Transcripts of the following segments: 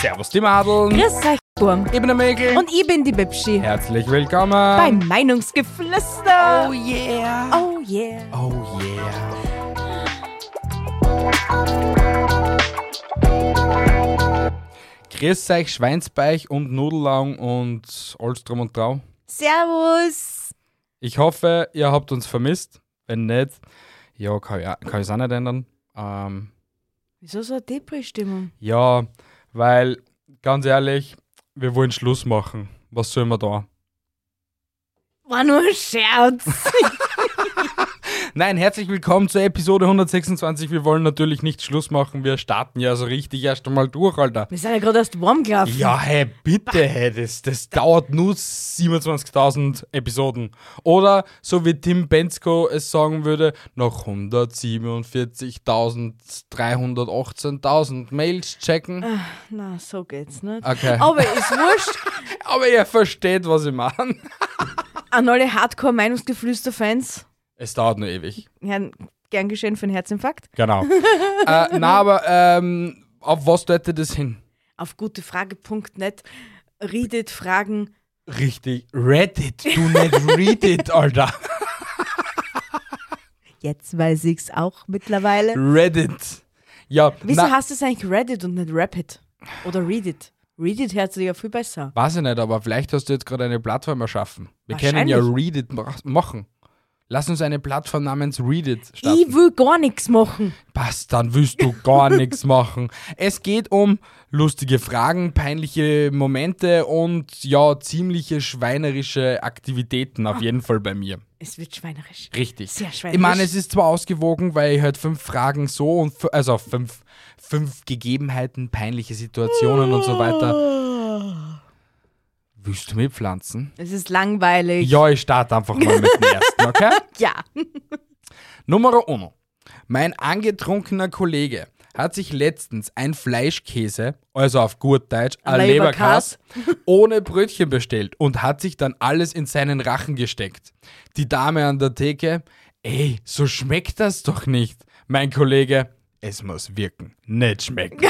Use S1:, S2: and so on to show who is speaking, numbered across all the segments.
S1: Servus die Madeln,
S2: Grüß euch, Burm.
S1: ich bin der Mäkel
S2: Und ich bin die Bibschi.
S1: herzlich willkommen
S2: Beim Meinungsgeflüster.
S1: Oh yeah.
S2: Oh yeah.
S1: Oh yeah. Grüß euch, Schweinsbeich und Nudellang und alles drum und drau.
S2: Servus.
S1: Ich hoffe, ihr habt uns vermisst. Wenn nicht, ja, kann ich auch- kann ich es auch nicht ändern. Ähm,
S2: Wieso so eine Depri-Stimmung?
S1: Ja, weil, ganz ehrlich, wir wollen Schluss machen. Was sollen wir da?
S2: War nur ein Scherz.
S1: Nein, herzlich willkommen zur Episode 126. Wir wollen natürlich nicht Schluss machen. Wir starten ja so richtig erst einmal durch, Alter.
S2: Wir sind ja gerade erst warm gelaufen.
S1: Ja, hey, bitte, hey, das, das dauert nur 27.000 Episoden. Oder, so wie Tim Bensko es sagen würde, noch 147.318.000 Mails checken.
S2: Na, so geht's nicht.
S1: Okay.
S2: Aber ist wurscht.
S1: Aber ihr versteht, was ich meine.
S2: An alle Hardcore-Meinungsgeflüster-Fans,
S1: Es dauert nur ewig.
S2: Herrn, gern geschehen für einen Herzinfarkt.
S1: Genau. äh, na, aber ähm, auf was deutet das hin?
S2: Auf gutefrage.net redet Fragen.
S1: Richtig, Reddit. Du nicht Reddit, Alter.
S2: Jetzt weiß ich's auch mittlerweile.
S1: Reddit. Ja,
S2: Wieso
S1: na,
S2: hast du es eigentlich Reddit und nicht Rapid? Oder Reddit? Reddit hört sich ja viel besser. an.
S1: weiß ich nicht, aber vielleicht hast du jetzt gerade eine Plattform erschaffen. Wir können ja Reddit ma- machen. Lass uns eine Plattform namens Reddit starten.
S2: Ich will gar nichts machen.
S1: Passt, dann willst du gar nichts machen. Es geht um lustige Fragen, peinliche Momente und ja, ziemliche schweinerische Aktivitäten
S2: Ah.
S1: auf jeden Fall bei mir.
S2: Es wird schweinerisch.
S1: Richtig.
S2: Sehr schweinerisch.
S1: Ich meine, es ist zwar ausgewogen, weil ich halt fünf Fragen so und f- also fünf, fünf Gegebenheiten, peinliche Situationen und so weiter. Willst du mitpflanzen?
S2: Es ist langweilig.
S1: Ja, ich starte einfach mal mit dem ersten, okay?
S2: Ja.
S1: Nummer uno. Mein angetrunkener Kollege hat sich letztens ein Fleischkäse, also auf gut Deutsch,
S2: Ein
S1: ein Leberkass, ohne Brötchen bestellt und hat sich dann alles in seinen Rachen gesteckt. Die Dame an der Theke, ey, so schmeckt das doch nicht. Mein Kollege, es muss wirken, nicht schmecken.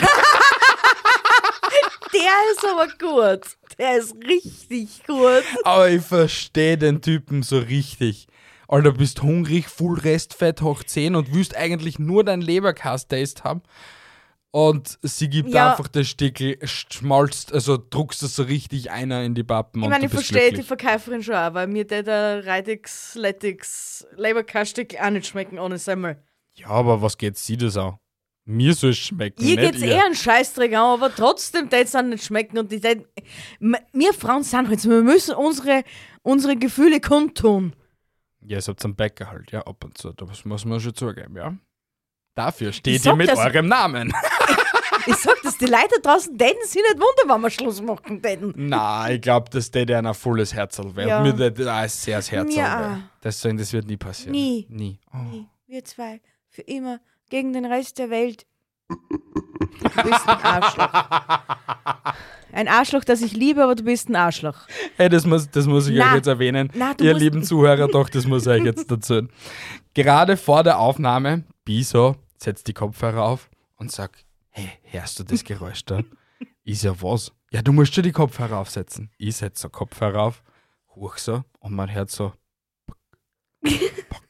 S2: Der ist aber gut. Der ist richtig gut.
S1: Aber ich verstehe den Typen so richtig. Alter, bist hungrig, full Restfett hoch 10 und willst eigentlich nur dein Leberkass-Taste haben. Und sie gibt
S2: Ja.
S1: einfach das Stickel, schmalzt, also druckst es so richtig einer in die Pappen.
S2: Ich
S1: und du
S2: meine, ich
S1: bist
S2: verstehe die
S1: glücklich.
S2: Verkäuferin schon auch, weil mir der, der Reitix, Letix, Leberkastik auch nicht schmecken ohne Semmel.
S1: Ja, aber was geht sie das auch? Mir soll es schmecken.
S2: Ihr
S1: nicht
S2: geht's
S1: ihr.
S2: eher einen Scheißdreck an, aber trotzdem tät's dann nicht schmecken und die täten- M- Wir Frauen sind halt so, wir müssen unsere, unsere Gefühle kundtun.
S1: Ja, es habt einen Bäcker halt, ja, ab und zu. Das muss man schon zugeben, ja. Dafür steht ihr
S2: sag
S1: mit
S2: das-
S1: eurem Namen.
S2: Ich sag das, die Leute da draußen täten sie nicht wunder, wenn wir Schluss machen täten.
S1: Na, ich glaube, das täte einer volles Herzl weh.
S2: Ja.
S1: Mir täte ein sehr das Herzl
S2: Mir auch.
S1: weh. Deswegen, das wird nie passieren.
S2: Nie.
S1: Nie. Oh.
S2: Wir zwei. Für immer. Gegen den Rest der Welt. Du bist ein Arschloch. Ein Arschloch, das ich liebe, aber du bist ein Arschloch.
S1: Hey, das muss, das muss ich
S2: Na.
S1: euch jetzt erwähnen.
S2: Na, du
S1: Ihr
S2: musst-
S1: lieben Zuhörer, doch, das muss ich euch jetzt dazu. Gerade vor der Aufnahme, Biso setzt die Kopfhörer auf und sagt, hey, hörst du das Geräusch da? Ist ja was. Ja, du musst schon die Kopfhörer aufsetzen. Ich setze so Kopfhörer auf, hoch so und man hört so. pock, pock,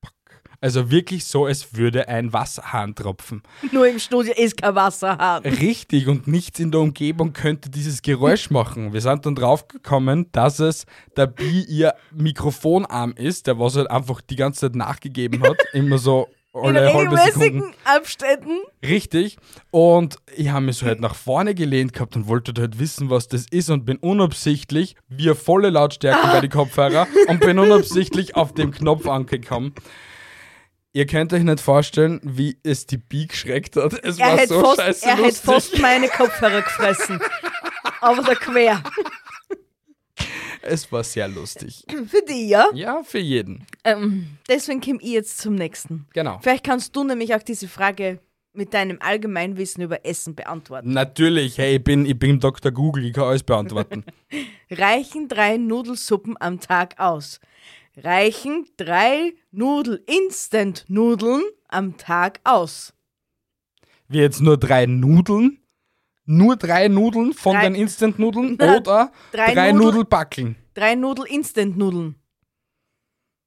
S1: pock. Also wirklich so, als würde ein Wasserhahn tropfen.
S2: Nur im Studio ist kein Wasserhahn.
S1: Richtig, und nichts in der Umgebung könnte dieses Geräusch machen. Wir sind dann draufgekommen, dass es der Bi ihr Mikrofonarm ist, der was halt einfach die ganze Zeit nachgegeben hat. Immer so
S2: In
S1: alle halbe Sekunden.
S2: regelmäßigen Abständen.
S1: Richtig. Und ich habe mich so halt nach vorne gelehnt gehabt und wollte halt wissen, was das ist und bin unabsichtlich, wir volle Lautstärke bei den Kopfhörer und bin unabsichtlich auf dem Knopf angekommen. Ihr könnt euch nicht vorstellen, wie es die Bi geschreckt hat. Es
S2: Er
S1: war
S2: hätte
S1: so
S2: fast,
S1: scheiße
S2: er hätte
S1: lustig.
S2: fast meine Kopfhörer gefressen. aber da quer.
S1: Es war sehr lustig.
S2: Für die, ja?
S1: Ja, für jeden.
S2: Ähm, deswegen komme ich jetzt zum nächsten.
S1: Genau.
S2: Vielleicht kannst du nämlich auch diese Frage mit deinem Allgemeinwissen über Essen beantworten.
S1: Natürlich, hey, ich bin, ich bin Dr. Google, ich kann alles beantworten.
S2: Reichen drei Nudelsuppen am Tag aus? Reichen drei Nudel-Instant-Nudeln am Tag aus?
S1: Wie jetzt nur drei Nudeln? Nur drei Nudeln von
S2: Drei-
S1: den Instant-Nudeln
S2: Na,
S1: oder
S2: drei
S1: drei,
S2: Nudel-
S1: Nudelbackeln?
S2: Drei Nudel-Instant-Nudeln.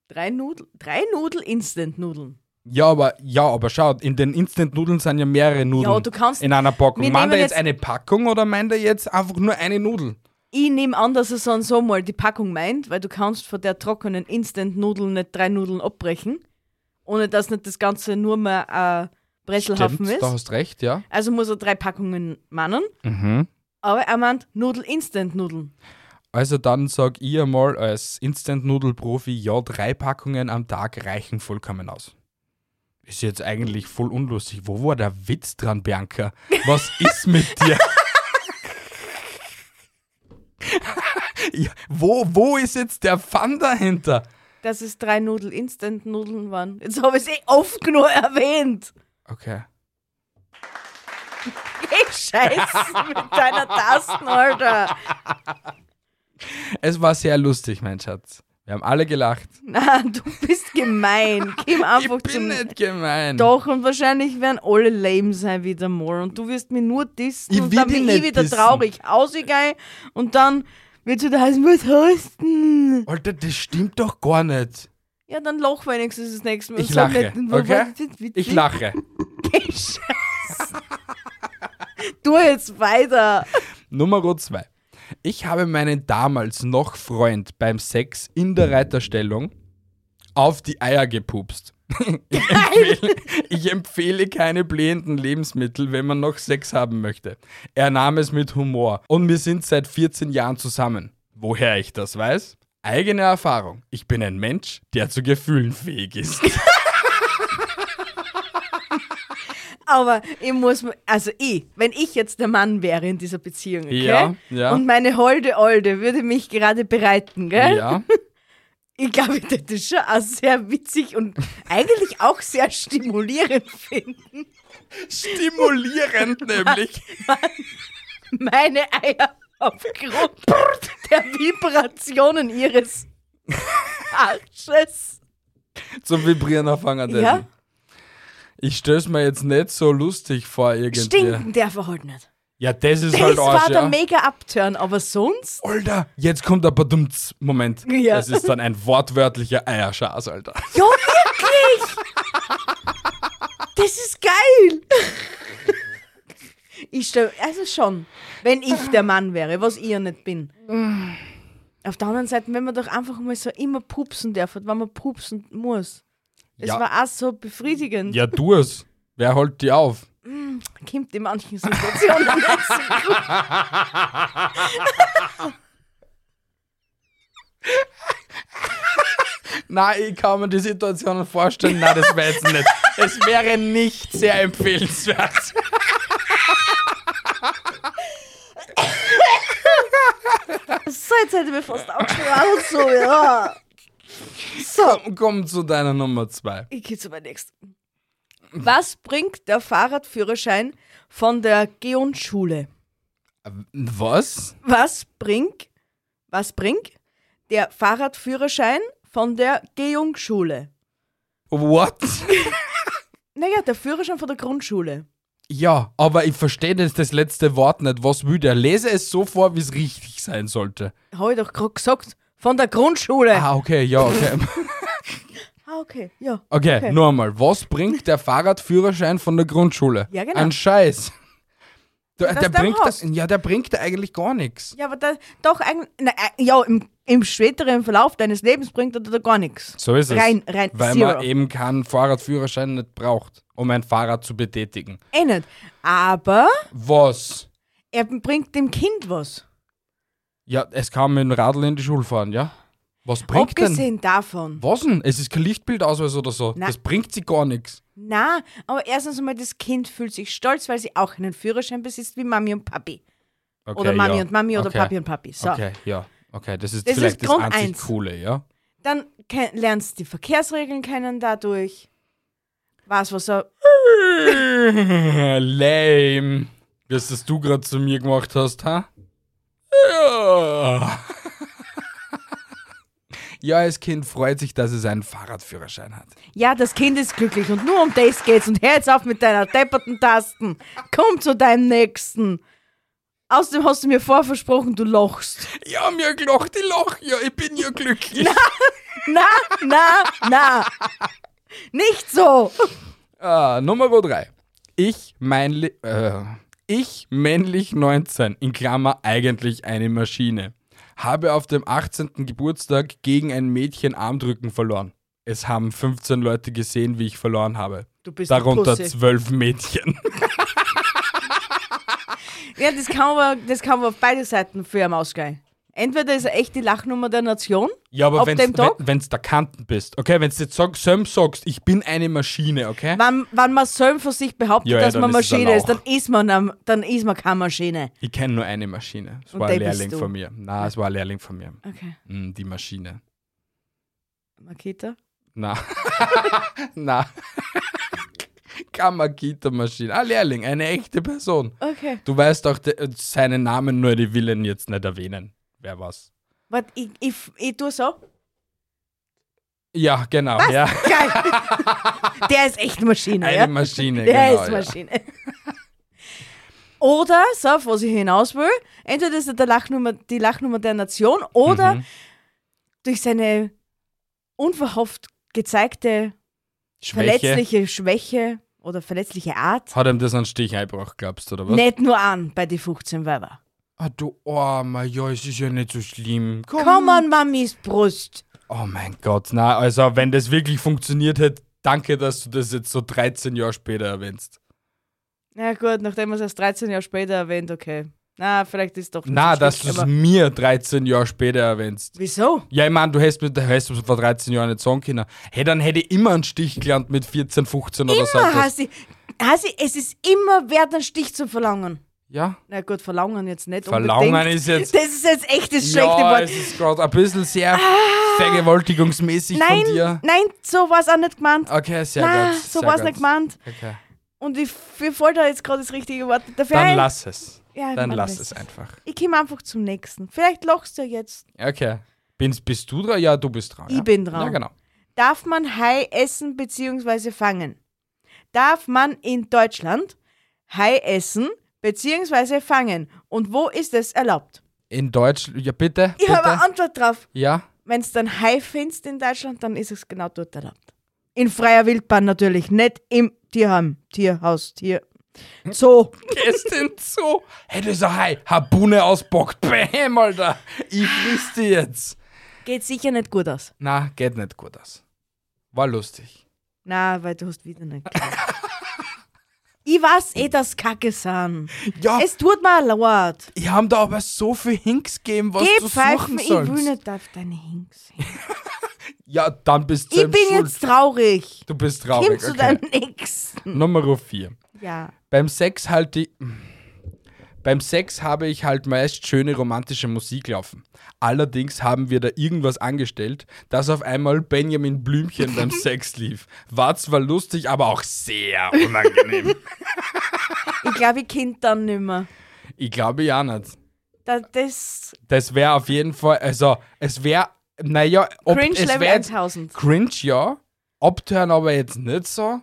S2: Drei Nudel, drei Nudel-Instant-Nudeln.
S1: Ja, aber, ja, aber schaut, in den Instant-Nudeln sind ja mehrere Nudeln
S2: du kannst-
S1: in einer Packung.
S2: Wir
S1: Meint er
S2: nehmen
S1: jetzt
S2: jetzt-
S1: eine Packung oder meint er jetzt einfach nur eine Nudel?
S2: Ich nehme an, dass er sonst so mal die Packung meint, weil du kannst von der trockenen Instant-Nudel nicht drei Nudeln abbrechen, ohne dass nicht das Ganze nur mehr ein Brezelhafen
S1: Stimmt,
S2: ist.
S1: da hast recht, ja.
S2: Also muss er drei Packungen mannen.
S1: Mhm.
S2: Aber er meint Nudel-Instant-Nudeln.
S1: Also dann sag ich einmal als Instant-Nudel-Profi, ja, drei Packungen am Tag reichen vollkommen aus. Ist jetzt eigentlich voll unlustig. Wo war der Witz dran, Bianca? Was ist mit dir? ja, wo, wo ist jetzt der Fun dahinter?
S2: Dass es drei Nudel-Instant-Nudeln waren. Jetzt habe ich es eh oft genug erwähnt.
S1: Okay.
S2: Geh scheiß mit deiner Tasten, Alter.
S1: Es war sehr lustig, mein Schatz. Wir haben alle gelacht.
S2: Na, du bist gemein. Geh einfach
S1: ich bin
S2: zum...
S1: nicht gemein.
S2: Doch, und wahrscheinlich werden alle lame sein wieder mal. Und du wirst mich nur dissen
S1: Ich
S2: und
S1: will
S2: dann
S1: dich
S2: bin ich
S1: nicht
S2: wieder
S1: dissen.
S2: traurig. Ausgegangen und dann wird wieder heißen, was hast denn?
S1: Alter, das stimmt doch gar nicht.
S2: Ja, dann lach wenigstens das nächste Mal.
S1: Ich
S2: Sag
S1: lache,
S2: nicht, wa-
S1: okay?
S2: was- wie-
S1: Ich
S2: wie-
S1: lache.
S2: Scheiße. Du jetzt weiter.
S1: Nummer 2. Ich habe meinen damals noch Freund beim Sex in der Reiterstellung auf die Eier gepupst. Ich empfehle, ich empfehle keine blähenden Lebensmittel, wenn man noch Sex haben möchte. Er nahm es mit Humor und wir sind seit 14 Jahren zusammen. Woher ich das weiß? Eigene Erfahrung. Ich bin ein Mensch, der zu Gefühlen fähig ist.
S2: Aber ich muss, mir- also ich, wenn ich jetzt der Mann wäre in dieser Beziehung, okay?
S1: Ja, ja.
S2: Und meine holde Olde würde mich gerade bereiten, gell?
S1: Ja,
S2: Ich glaube, ich würde das schon auch sehr witzig und eigentlich auch sehr stimulierend finden.
S1: stimulierend nämlich.
S2: Meine Eier aufgrund der Vibrationen ihres Arsches.
S1: Zum Vibrieren anfangen.
S2: Ja.
S1: Ja? Ich stell's mir jetzt nicht so lustig vor irgendwie.
S2: Stinken der verholt nicht.
S1: Ja, das ist
S2: Das
S1: halt
S2: war
S1: Arsch,
S2: der
S1: ja.
S2: mega Upturn, aber sonst?
S1: Alter, jetzt kommt der Badumts. Moment.
S2: Ja.
S1: Das ist dann ein wortwörtlicher Eierschaß, Alter.
S2: Ja, wirklich! Das ist geil! Ich stell, also schon, wenn ich der Mann wäre, was ich ja nicht bin. Auf der anderen Seite, wenn man doch einfach mal so immer pupsen darf, wenn man pupsen muss. Das
S1: Ja.
S2: war auch so befriedigend.
S1: Ja, du es. Wer holt die auf?
S2: Kommt in manchen Situationen nicht so gut.
S1: Nein, ich kann mir die Situationen vorstellen. Nein, das wäre jetzt nicht. Es wäre nicht sehr empfehlenswert.
S2: So, jetzt hätte ich mir fast aufgeschlagen. So, ja. So.
S1: Komm zu deiner Nummer zwei.
S2: Ich gehe zu meinem nächsten. Was bringt der Fahrradführerschein von der Geonschule?
S1: Was?
S2: Was bringt, was bringt der Fahrradführerschein von der Geonschule?
S1: What?
S2: Naja, der Führerschein von der Grundschule.
S1: Ja, aber ich verstehe jetzt das letzte Wort nicht. Was will der? Lese es so vor, wie es richtig sein sollte.
S2: Habe ich doch gerade gesagt. Von der Grundschule.
S1: Ah, okay, ja, okay.
S2: Ah, okay, ja.
S1: Okay,
S2: Okay.
S1: nur einmal. Was bringt der Fahrradführerschein von der Grundschule?
S2: Ja, genau.
S1: Ein Scheiß. Der,
S2: dass
S1: der
S2: du einen
S1: bringt da,
S2: hast.
S1: ja, der bringt da eigentlich gar nichts.
S2: Ja, aber da, doch eigentlich, na, äh, ja, im, im späteren Verlauf deines Lebens bringt er da gar nichts.
S1: So ist es.
S2: Rein, rein,
S1: Weil
S2: zero.
S1: man eben keinen Fahrradführerschein nicht braucht, um ein Fahrrad zu betätigen.
S2: Eh nicht. Aber
S1: Was?
S2: er bringt dem Kind was.
S1: Ja, es kann mit dem Radl in die Schule fahren, ja? Was bringt denn?
S2: Abgesehen davon.
S1: Was denn? Es ist kein Lichtbildausweis oder so.
S2: Na.
S1: Das bringt sie gar nichts.
S2: Na, aber erstens einmal, das Kind fühlt sich stolz, weil sie auch einen Führerschein besitzt wie Mami und Papi.
S1: Okay,
S2: oder Mami
S1: ja.
S2: und Mami oder
S1: Okay.
S2: Papi und Papi. So.
S1: Okay, ja. Okay, das ist
S2: Das ist
S1: vielleicht das
S2: Grund
S1: einzig
S2: eins.
S1: Coole, ja?
S2: Dann ke- lernst du die Verkehrsregeln kennen dadurch. Was, was er.
S1: Lame. Das, was du gerade zu mir gemacht hast, ha? Ja. ja, das Kind freut sich, dass es einen Fahrradführerschein hat.
S2: Ja, das Kind ist glücklich und nur um das geht's. Und hör jetzt auf mit deiner depperten Tasten. Komm zu deinem Nächsten. Außerdem hast du mir vorversprochen, du lochst.
S1: Ja, mir gloch die Loch. Ja, ich bin ja glücklich.
S2: Na, na, na. Nicht so.
S1: Ah, Nummer 3. Ich, mein Li äh, ich, männlich 19, in Klammer eigentlich eine Maschine, habe auf dem 18. Geburtstag gegen ein Mädchen Armdrücken verloren. Es haben 15 Leute gesehen, wie ich verloren habe.
S2: Du bist ein
S1: Darunter
S2: Pussy.
S1: zwölf Mädchen.
S2: Ja, das kann, man, das kann man auf beide Seiten für am Ausgleich. Entweder ist er echt die Lachnummer der Nation.
S1: Ja, aber
S2: Ab
S1: wenn's,
S2: dem Tag?
S1: wenn du da Kanten bist, okay? Wenn du jetzt sag, Sam sagst, ich bin eine Maschine, okay?
S2: Wenn, wenn man selbst von sich behauptet,
S1: Ja, ja,
S2: dass
S1: dann
S2: man
S1: ist es ein
S2: Maschine ist,
S1: Lauch.
S2: dann ist man, am- dann ist man keine Maschine.
S1: Ich kenne nur eine Maschine. Es
S2: Und
S1: war ein
S2: der bist
S1: Lehrling
S2: du.
S1: von mir. Na, es war ein Lehrling von mir.
S2: Okay.
S1: Hm, die Maschine.
S2: Makita?
S1: Na. Na. Kamakita-Maschine. Ah, Lehrling, eine echte Person.
S2: Okay.
S1: Du weißt doch de, äh, seinen Namen, nur die will ihn jetzt nicht erwähnen. Wer was?
S2: Warte, ich, ich, ich tue so.
S1: Ja, genau. Ja.
S2: Geil. Der ist echt eine Maschine,
S1: Eine
S2: ja?
S1: Maschine,
S2: Der
S1: genau.
S2: ist
S1: ja.
S2: Maschine. Oder, so, auf was ich hinaus will, entweder ist er der Lachnummer, die Lachnummer der Nation oder
S1: Mhm.
S2: durch seine unverhofft gezeigte
S1: Schwäche.
S2: verletzliche Schwäche oder verletzliche Art
S1: Hat ihm das einen Stich eingebracht, glaubst du, oder was?
S2: nicht nur an bei die 15 Weiber.
S1: Ah, du Armer, ja, es ist ja nicht so schlimm. Komm.
S2: Komm an Mamis Brust.
S1: Oh mein Gott, na, also wenn das wirklich funktioniert hätte, danke, dass du das jetzt so 13 Jahre später erwähnst.
S2: Na gut, nachdem er es erst 13 Jahre später erwähnt, okay. Na, vielleicht ist doch nicht
S1: Na,
S2: so
S1: dass du
S2: schlecht,
S1: es
S2: aber-
S1: mir 13 Jahre später erwähnst.
S2: Wieso?
S1: Ja, ich meine, du hättest mir du hättest mir vor 13 Jahren nicht sagen können. Hey, dann hätte ich immer einen Stich gelernt mit 14, 15 oder so.
S2: Immer
S1: etwas.
S2: hast du, hast du, Ah, es ist immer wert, einen Stich zu verlangen.
S1: Ja,
S2: Na gut, verlangen jetzt nicht
S1: verlangen
S2: unbedingt.
S1: ist jetzt.
S2: Das ist jetzt echt das schlechte
S1: Ja,
S2: Wort. Ah.
S1: es ist gerade ein bisschen sehr vergewaltigungsmäßig
S2: Nein,
S1: von dir.
S2: nein, so war es auch nicht gemeint.
S1: Okay, Ah, sehr
S2: Nein,
S1: gut.
S2: so
S1: sehr
S2: war es
S1: gut.
S2: nicht gemeint.
S1: Okay.
S2: Und ich, ich voll da jetzt gerade das richtige Wort dafür
S1: Dann
S2: ein.
S1: lass es.
S2: Ja,
S1: Dann
S2: man
S1: lass
S2: weiß
S1: es einfach.
S2: Ich komme einfach zum nächsten. Vielleicht lachst du ja jetzt.
S1: Okay. Bin's, bist du dran? Ja, du bist dran.
S2: Ich
S1: ja.
S2: bin dran.
S1: Ja, genau.
S2: Darf man Hai essen bzw. fangen? Darf man in Deutschland Hai essen bzw. fangen? Und wo ist es erlaubt?
S1: In Deutschland. Ja, bitte.
S2: Ich
S1: bitte.
S2: habe eine Antwort drauf.
S1: ja.
S2: Wenn es dann Hai findest in Deutschland, dann ist es genau dort erlaubt. In freier Wildbahn natürlich, nicht im Tierheim, Tierhaus, Tier. So,
S1: Gehst denn so? Hey, das ist ein Hai. Habune ausbockt. Bäm, Alter. Ich friss die jetzt.
S2: geht sicher nicht gut aus.
S1: Na, geht nicht gut aus. War lustig.
S2: Na, weil du hast wieder nicht. gelacht. ich weiß eh, dass Kacke sind.
S1: Ja,
S2: Es tut mir leid.
S1: die haben da aber so viel Hinks gegeben, was
S2: Geh
S1: du suchen
S2: pfeifen, ich will
S1: sollst.
S2: nicht auf deine Hinks.
S1: Ja, dann bist du
S2: Ich bin
S1: schuld.
S2: jetzt traurig.
S1: Du bist
S2: Komm
S1: traurig.
S2: zu
S1: Okay.
S2: deinem Nächsten.
S1: Nummer 4.
S2: Ja.
S1: Beim Sex halt die. Beim Sex habe ich halt meist schöne romantische Musik laufen. Allerdings haben wir da irgendwas angestellt, dass auf einmal Benjamin Blümchen beim Sex lief. War zwar lustig, aber auch sehr unangenehm.
S2: Ich glaube, ich kennt dann nimmer.
S1: ich glaube ja nicht.
S2: Da, das
S1: Das wäre auf jeden Fall, also es wäre, naja, ob
S2: Cringe
S1: es
S2: Level
S1: wäre jetzt
S2: 1000.
S1: cringe, ja. Abtören aber jetzt nicht so.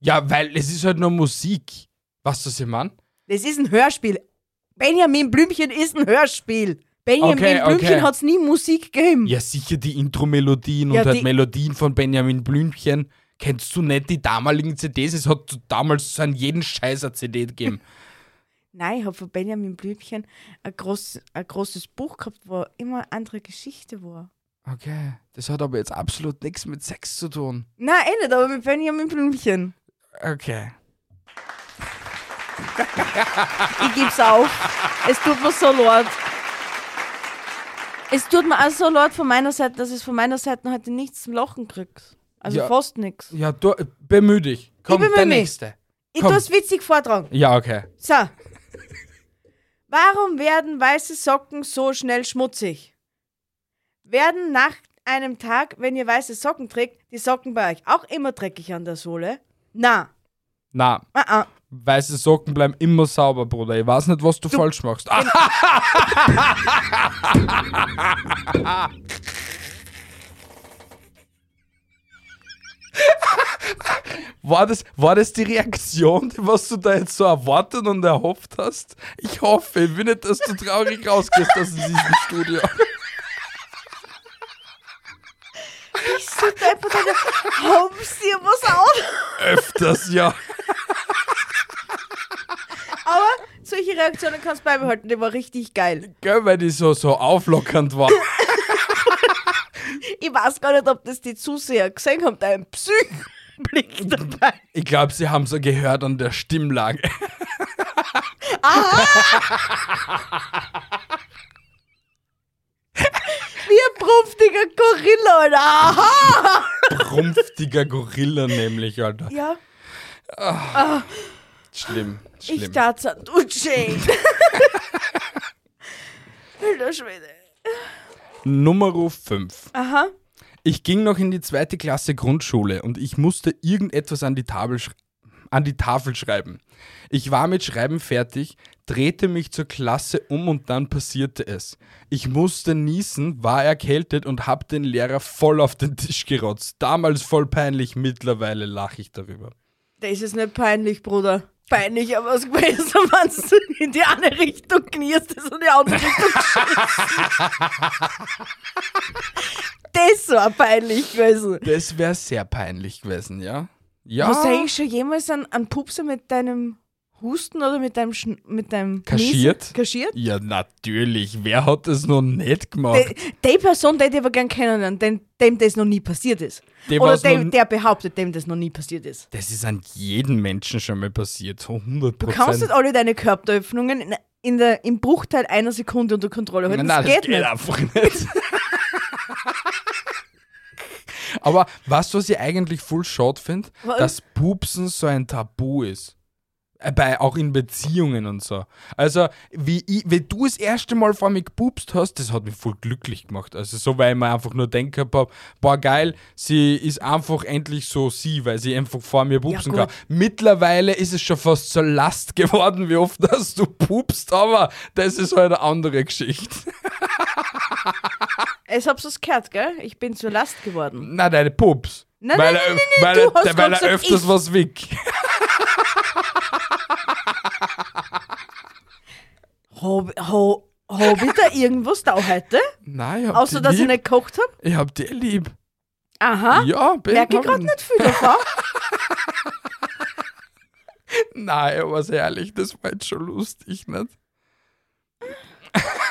S1: Ja, weil es ist halt nur Musik. Weißt du, was ich meine?
S2: Das ist ein Hörspiel. Benjamin Blümchen ist ein Hörspiel. Benjamin
S1: Okay, okay.
S2: Blümchen hat's nie Musik gegeben.
S1: Ja, sicher die Intro-Melodien
S2: Ja,
S1: und halt
S2: die-
S1: Melodien von Benjamin Blümchen. Kennst du nicht die damaligen CDs? Es hat damals so an jeden Scheißer CD gegeben.
S2: Nein, ich habe von Benjamin Blümchen ein, groß, ein großes Buch gehabt, wo immer eine andere Geschichte war.
S1: Okay, das hat aber jetzt absolut nichts mit Sex zu tun.
S2: Nein, eh nicht, aber mit Benjamin Blümchen.
S1: Okay.
S2: Ich geb's auf. Es tut mir so leid. Es tut mir auch so leid von meiner Seite, dass es von meiner Seite noch heute nichts zum Lachen kriegst. Also
S1: Ja.
S2: fast nichts.
S1: Ja, du, bemühe dich. Komm,
S2: bemühe
S1: der
S2: mich.
S1: nächste.
S2: Ich
S1: Komm.
S2: tu's witzig vortragen.
S1: Ja, okay.
S2: So. Warum werden weiße Socken so schnell schmutzig? Werden nach einem Tag, wenn ihr weiße Socken trägt, die Socken bei euch auch immer dreckig an der Sohle? Na,
S1: Na,
S2: ah, ah.
S1: weiße Socken bleiben immer sauber, Bruder. Ich weiß nicht, was du, falsch machst. Ah, War das, war das die Reaktion, was du da jetzt so erwartet und erhofft hast? Ich hoffe, ich will nicht, dass du traurig rausgehst aus diesem Studio.
S2: ich sollte einfach sagen, Homes, dir was auf.
S1: Öfters, ja.
S2: Aber solche Reaktionen kannst du beibehalten, die war richtig geil.
S1: Gell, weil die so, so auflockernd war.
S2: Ich weiß gar nicht, ob das die Zuseher gesehen haben, dein Psychblick dabei.
S1: Ich glaube, sie haben so gehört an der Stimmlage.
S2: Wie ein prunftiger Gorilla, Alter. Aha!
S1: Rumpftiger Gorilla nämlich, Alter.
S2: Ja,
S1: Schlimm, schlimm.
S2: ich dachte, du Jane. Alter Schwede.
S1: Nummer 5.
S2: Aha.
S1: Ich ging noch in die zweite Klasse Grundschule und ich musste irgendetwas an die Tafel, sch an die Tafel schreiben. Ich war mit Schreiben fertig, drehte mich zur Klasse um und dann passierte es. Ich musste niesen, war erkältet und hab den Lehrer voll auf den Tisch gerotzt. Damals voll peinlich, mittlerweile lache ich darüber.
S2: Das ist nicht peinlich, Bruder. Peinlich, aber es gewesen, wenn du in die eine Richtung knierst ist und die andere Richtung schießt. Das war peinlich gewesen.
S1: Das wäre sehr peinlich gewesen, ja? Ja.
S2: Hast du eigentlich schon jemals einen, einen Pupser mit deinem Husten oder mit deinem, Schn mit deinem
S1: Kaschiert?
S2: Niesen? Kaschiert?
S1: Ja, natürlich. Wer hat das noch nicht
S2: De,
S1: gemacht?
S2: die Person, die ich aber gern kennenlernen, dem, dem das noch nie passiert ist.
S1: Dem
S2: Oder
S1: was noch
S2: dem,
S1: n-
S2: der behauptet, dem das noch nie passiert ist.
S1: Das ist an jedem Menschen schon mal passiert. so 100
S2: Du kannst nicht
S1: Prozent.
S2: alle deine Körperöffnungen in, in der, im Bruchteil einer Sekunde unter Kontrolle halten. das, geht nicht.
S1: einfach nicht. Aber weißt du, was ich eigentlich voll schade finde?
S2: Was?
S1: Dass Pupsen so ein Tabu ist. Äh, Bei, auch in Beziehungen und so. Also, wie, ich, wie du das erste Mal vor mir gepupst hast, das hat mich voll glücklich gemacht. Also, so, weil ich mir einfach nur denke, boah, geil, sie ist einfach endlich so sie, weil sie einfach vor mir pupsen
S2: gut.
S1: kann. Mittlerweile ist es schon fast zur Last geworden, wie oft dass du pupst, aber das ist halt eine andere Geschichte.
S2: Es hab's was gehört, gell? Ich bin zur Last geworden.
S1: Na, deine Pups.
S2: Nein,
S1: weil
S2: nein,
S1: er,
S2: nein,
S1: öf-
S2: nein,
S1: weil
S2: du
S1: er,
S2: hast
S1: der- weil
S2: grad
S1: er
S2: gesagt,
S1: öfters
S2: ich.
S1: was wick.
S2: Hab, hab, hab ich da irgendwas da heute?
S1: Nein, ich hab
S2: Außer,
S1: die
S2: dass ich
S1: lieb.
S2: nicht gekocht hab?
S1: Ich hab die lieb.
S2: Aha.
S1: Ja, bin
S2: Merke ich gerade nicht viel davon.
S1: Nein, aber sehr ehrlich, das war jetzt schon lustig, nicht?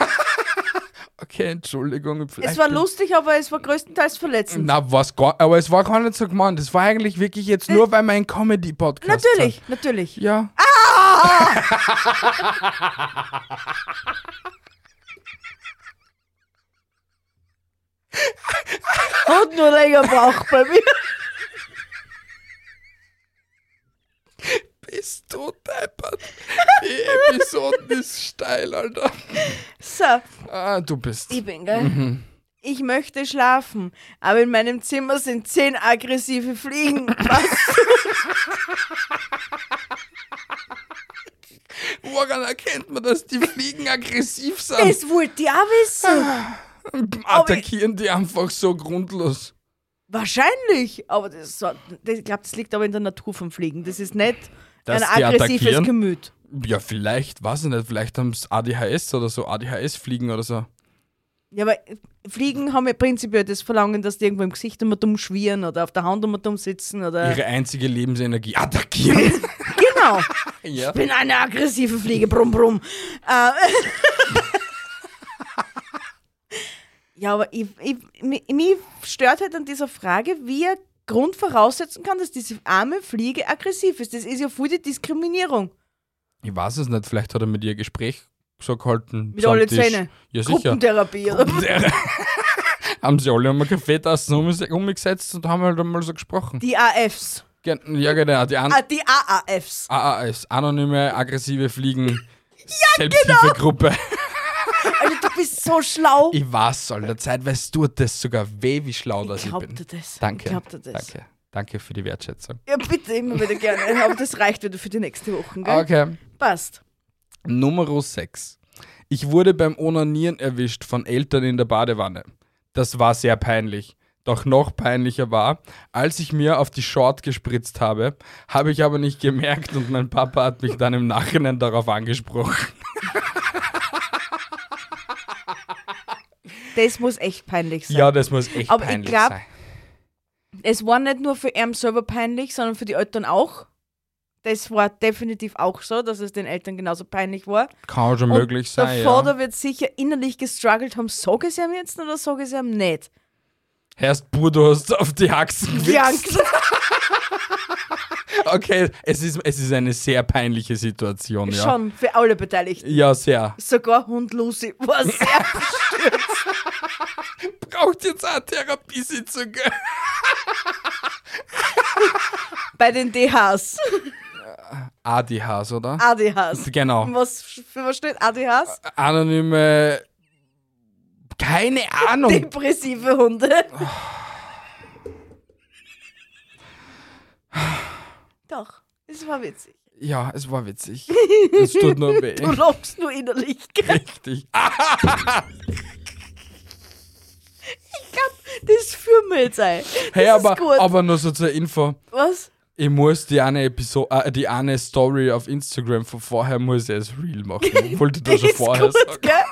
S1: okay, Entschuldigung. vielleicht
S2: es war
S1: bin-
S2: lustig, aber es war größtenteils verletzend.
S1: Na, war's gar, aber es war gar nicht so gemeint. Es war eigentlich wirklich jetzt nur, weil wir ein Comedy-Podcast
S2: Äh. natürlich, Ah.
S1: Sind.
S2: natürlich.
S1: Ja.
S2: Hat nur länger braucht bei mir.
S1: Bist du deppert. Die Episode ist steil, Alter.
S2: So,
S1: Ah, du bist.
S2: ich bin, gell? Ich möchte schlafen, aber in meinem Zimmer sind zehn aggressive Fliegen. Was?
S1: Woran erkennt man, dass die Fliegen aggressiv sind?
S2: Das wollte ich auch wissen.
S1: attackieren die einfach so grundlos.
S2: Wahrscheinlich, aber das, so- das, ich glaube, das liegt aber in der Natur vom Fliegen. Das ist nicht
S1: Dass
S2: ein
S1: die
S2: aggressives
S1: attackieren?
S2: Gemüt.
S1: Ja, vielleicht, weiß ich nicht, vielleicht haben es ADHS oder so, ADHS-Fliegen oder so.
S2: Ja, aber Fliegen haben ja prinzipiell das Verlangen, dass die irgendwo im Gesicht immer dumm schwirren oder auf der Hand immer dumm sitzen oder.
S1: Ihre einzige Lebensenergie attackieren.
S2: Genau!
S1: ja.
S2: bin eine aggressive Fliege, brumm, brumm. Äh, ja, aber ich, ich, mi- mich stört halt an dieser Frage, wie er Grund voraussetzen kann, dass diese arme Fliege aggressiv ist. Das ist ja voll die Diskriminierung.
S1: Ich weiß es nicht, vielleicht hat er mit ihr Gespräch so gehalten.
S2: Mit alle
S1: am Tisch.
S2: Zähne.
S1: Ja, sicher.
S2: Gruppentherapie. Oder?
S1: haben sie alle einmal Kaffeetassen umges- umgesetzt und haben halt einmal so gesprochen.
S2: Die Ah, AFs.
S1: Gen- Ja, genau, die an
S2: Ah, die AAFs.
S1: AAS, anonyme, aggressive Fliegen. Selbsthilfegruppe.
S2: genau. Alter, du bist so schlau.
S1: Ah. Ich war's soll der Zeit, weil es tut das sogar weh, wie schlau das ich
S2: Glaubt
S1: bin.
S2: dir das?
S1: Danke.
S2: Glaubt dir das?
S1: Danke. Danke für die Wertschätzung.
S2: Ja, bitte immer wieder gerne. Aber das reicht wieder für die nächste Woche. Gell?
S1: Okay.
S2: Passt.
S1: Nummer 6. Ich wurde beim Onanieren erwischt von Eltern in der Badewanne. Das war sehr peinlich. Doch noch peinlicher war, als ich mir auf die Short gespritzt habe, habe ich aber nicht gemerkt und mein Papa hat mich dann im Nachhinein darauf angesprochen.
S2: Das muss echt peinlich sein.
S1: Ja, das muss echt
S2: Aber ich
S1: peinlich
S2: glaub-
S1: sein.
S2: Es war nicht nur für ihn selber peinlich, sondern für die Eltern auch. Das war definitiv auch so, dass es den Eltern genauso peinlich war.
S1: Kann schon
S2: Und
S1: möglich
S2: der
S1: sein.
S2: Vater
S1: Ja.
S2: wird sicher innerlich gestruggelt haben, sage ich es ihm jetzt oder sage ich es ihm nicht.
S1: Erst pur, du hast auf die Haxen gewichst.
S2: Gedankt.
S1: Okay, es ist, es ist eine sehr peinliche Situation, ja.
S2: Schon, für alle Beteiligten.
S1: Ja, sehr.
S2: Sogar Hund Lucy war sehr...
S1: Braucht jetzt eine Therapiesitzung.
S2: bei den DHs,
S1: ADHs, oder?
S2: Ah. ADHs.
S1: Genau.
S2: Was, für was steht ADHs?
S1: Anonyme. Keine Ahnung.
S2: Depressive Hunde. Doch, es war witzig.
S1: Ja, es war witzig. Es tut nur weh.
S2: Du lachst nur innerlich.
S1: Richtig. Ah,
S2: Das führen wir jetzt ein. Das
S1: hey, aber,
S2: ist gut.
S1: aber nur so zur Info.
S2: Was?
S1: Ich muss die eine Episode, äh, die eine Story auf Instagram von vorher muss ich es real machen. Wollte das
S2: Das
S1: schon
S2: ist
S1: vorher
S2: gut,
S1: sagen.
S2: gell?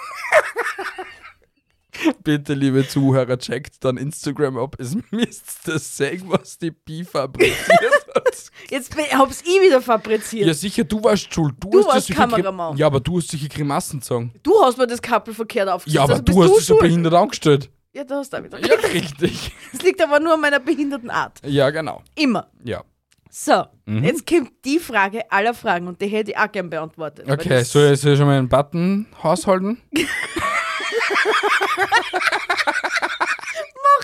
S1: Bitte, liebe Zuhörer, checkt dann Instagram ab. Es müsst das sehen, was die Bi fabriziert hat.
S2: Jetzt bin- hab's ich wieder fabriziert.
S1: Ja, sicher, du warst schuld. Du,
S2: Du
S1: hast ja
S2: warst
S1: solche Grim-
S2: Kameramann.
S1: Ja, aber du hast solche Grimassen gezogen.
S2: Du hast mir das Kappel verkehrt aufgesetzt.
S1: Ja, aber
S2: also
S1: du
S2: bist
S1: hast dich so
S2: schuld.
S1: behindert angestellt.
S2: Ja, da hast du auch wieder.
S1: Ja, richtig.
S2: Das liegt aber nur an meiner behinderten Art.
S1: Ja, genau.
S2: Immer.
S1: Ja.
S2: So,
S1: Mhm.
S2: jetzt kommt die Frage aller Fragen und die hätte ich auch gern beantwortet. weil
S1: Okay,
S2: das-
S1: soll ich, soll ich schon mal einen Button haushalten?
S2: Mach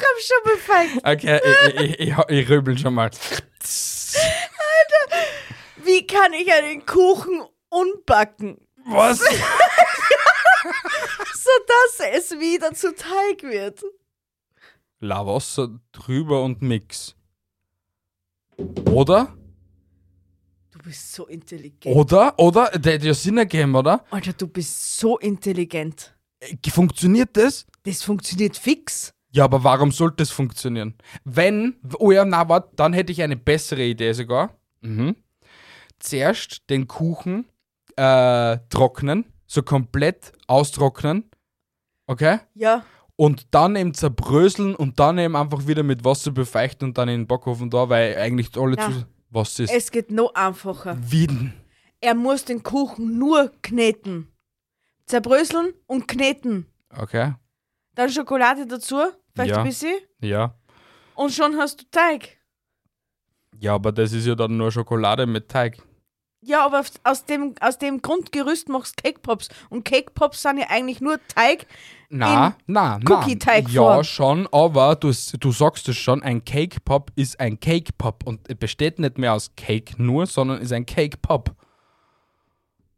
S2: ihm schon mal fein.
S1: Okay, ich, ich, ich, ich, ich rübel schon mal.
S2: Wie kann ich einen Kuchen unbacken,
S1: Was?
S2: sodass es wieder zu Teig wird?
S1: Lavasser drüber und Mix. Oder?
S2: Du bist so intelligent.
S1: Oder? Oder? Der hätte ja Sinn ergeben, oder?
S2: Alter, du bist so intelligent.
S1: Äh, Funktioniert das?
S2: Das funktioniert fix.
S1: Ja, aber warum sollte das funktionieren? Wenn, oh ja, na, warte, dann hätte ich eine bessere Idee sogar. Mhm. Zuerst den Kuchen äh, trocknen, so komplett austrocknen, okay?
S2: Ja,
S1: Und dann eben zerbröseln und dann eben einfach wieder mit Wasser befeuchten und dann in den Backofen da, weil eigentlich alle
S2: Na.
S1: zu. Was ist?
S2: es geht noch einfacher.
S1: Wieden.
S2: Er muss den Kuchen nur kneten. Zerbröseln und kneten.
S1: Okay?
S2: Dann Schokolade dazu, vielleicht
S1: Ja.
S2: ein bisschen.
S1: Ja.
S2: Und schon hast du Teig.
S1: Ja, aber das ist ja dann nur Schokolade mit Teig.
S2: Ja, aber auf- aus dem, aus dem Grundgerüst machst du Cake Pops. Und Cake Pops sind ja eigentlich nur Teig.
S1: Na, na, na.
S2: Cookie-Teigform.
S1: Ja, schon, aber du, s- du sagst es schon, ein Cake Pop ist ein Cake Pop und es besteht nicht mehr aus Cake nur, sondern ist ein Cake Pop.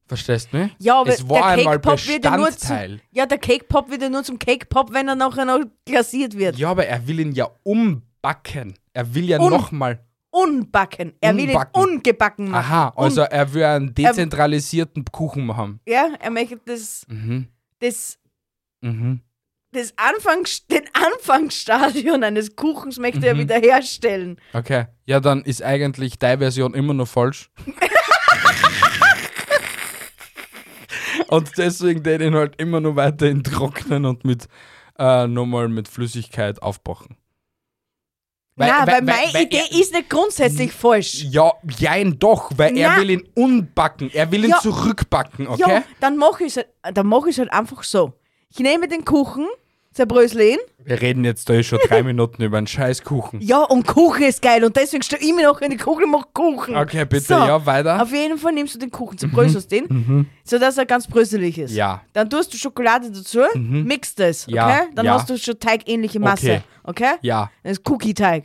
S1: Verstehst du mich?
S2: Ja, aber
S1: es war
S2: der Cake
S1: einmal
S2: Pop wird ja nur
S1: Bestandteil.
S2: zum, Ja, der Cake Pop wird ja nur zum Cake Pop, wenn er nachher noch glasiert wird.
S1: Ja, aber er will ihn ja umbacken. Er will ja
S2: Um-
S1: nochmal.
S2: Unbacken. Er will ihn
S1: Unbacken.
S2: ungebacken machen.
S1: Aha, also
S2: Un-
S1: er will einen dezentralisierten Kuchen haben.
S2: ja, er möchte das,
S1: Mhm.
S2: das
S1: Mhm.
S2: das Anfangs den Anfangsstadion eines Kuchens möchte
S1: Mhm.
S2: er wiederherstellen.
S1: Okay. Ja, dann ist eigentlich deine Version immer noch falsch. und deswegen den ihn halt immer nur weiterhin trocknen und mit äh, nochmal mit Flüssigkeit aufbachen.
S2: Nein, weil, meine
S1: weil
S2: Idee
S1: er,
S2: ist nicht grundsätzlich falsch.
S1: Ja, jein doch, weil er
S2: Na.
S1: will ihn unbacken. Er will ihn
S2: Ja.
S1: zurückbacken, okay?
S2: Ja, dann mache ich es halt, dann mach ich's halt einfach so. Ich nehme den Kuchen, zerbrösle ihn.
S1: Wir reden jetzt da eh schon drei Minuten über einen Scheißkuchen.
S2: Ja, und Kuchen ist geil und deswegen stelle ich mir noch in die Kuchen und mache Kuchen.
S1: Okay, bitte,
S2: So,
S1: ja, weiter. Mhm.
S2: Auf jeden Fall nimmst du den Kuchen, zerbröselst den, sodass er ganz bröselig ist.
S1: Ja. Mhm.
S2: Dann tust du Schokolade dazu, mixt es, okay?
S1: Ja,
S2: Dann
S1: ja.
S2: hast du schon teigähnliche Masse, okay?
S1: Ja. Mhm.
S2: Das ist Cookie-Teig.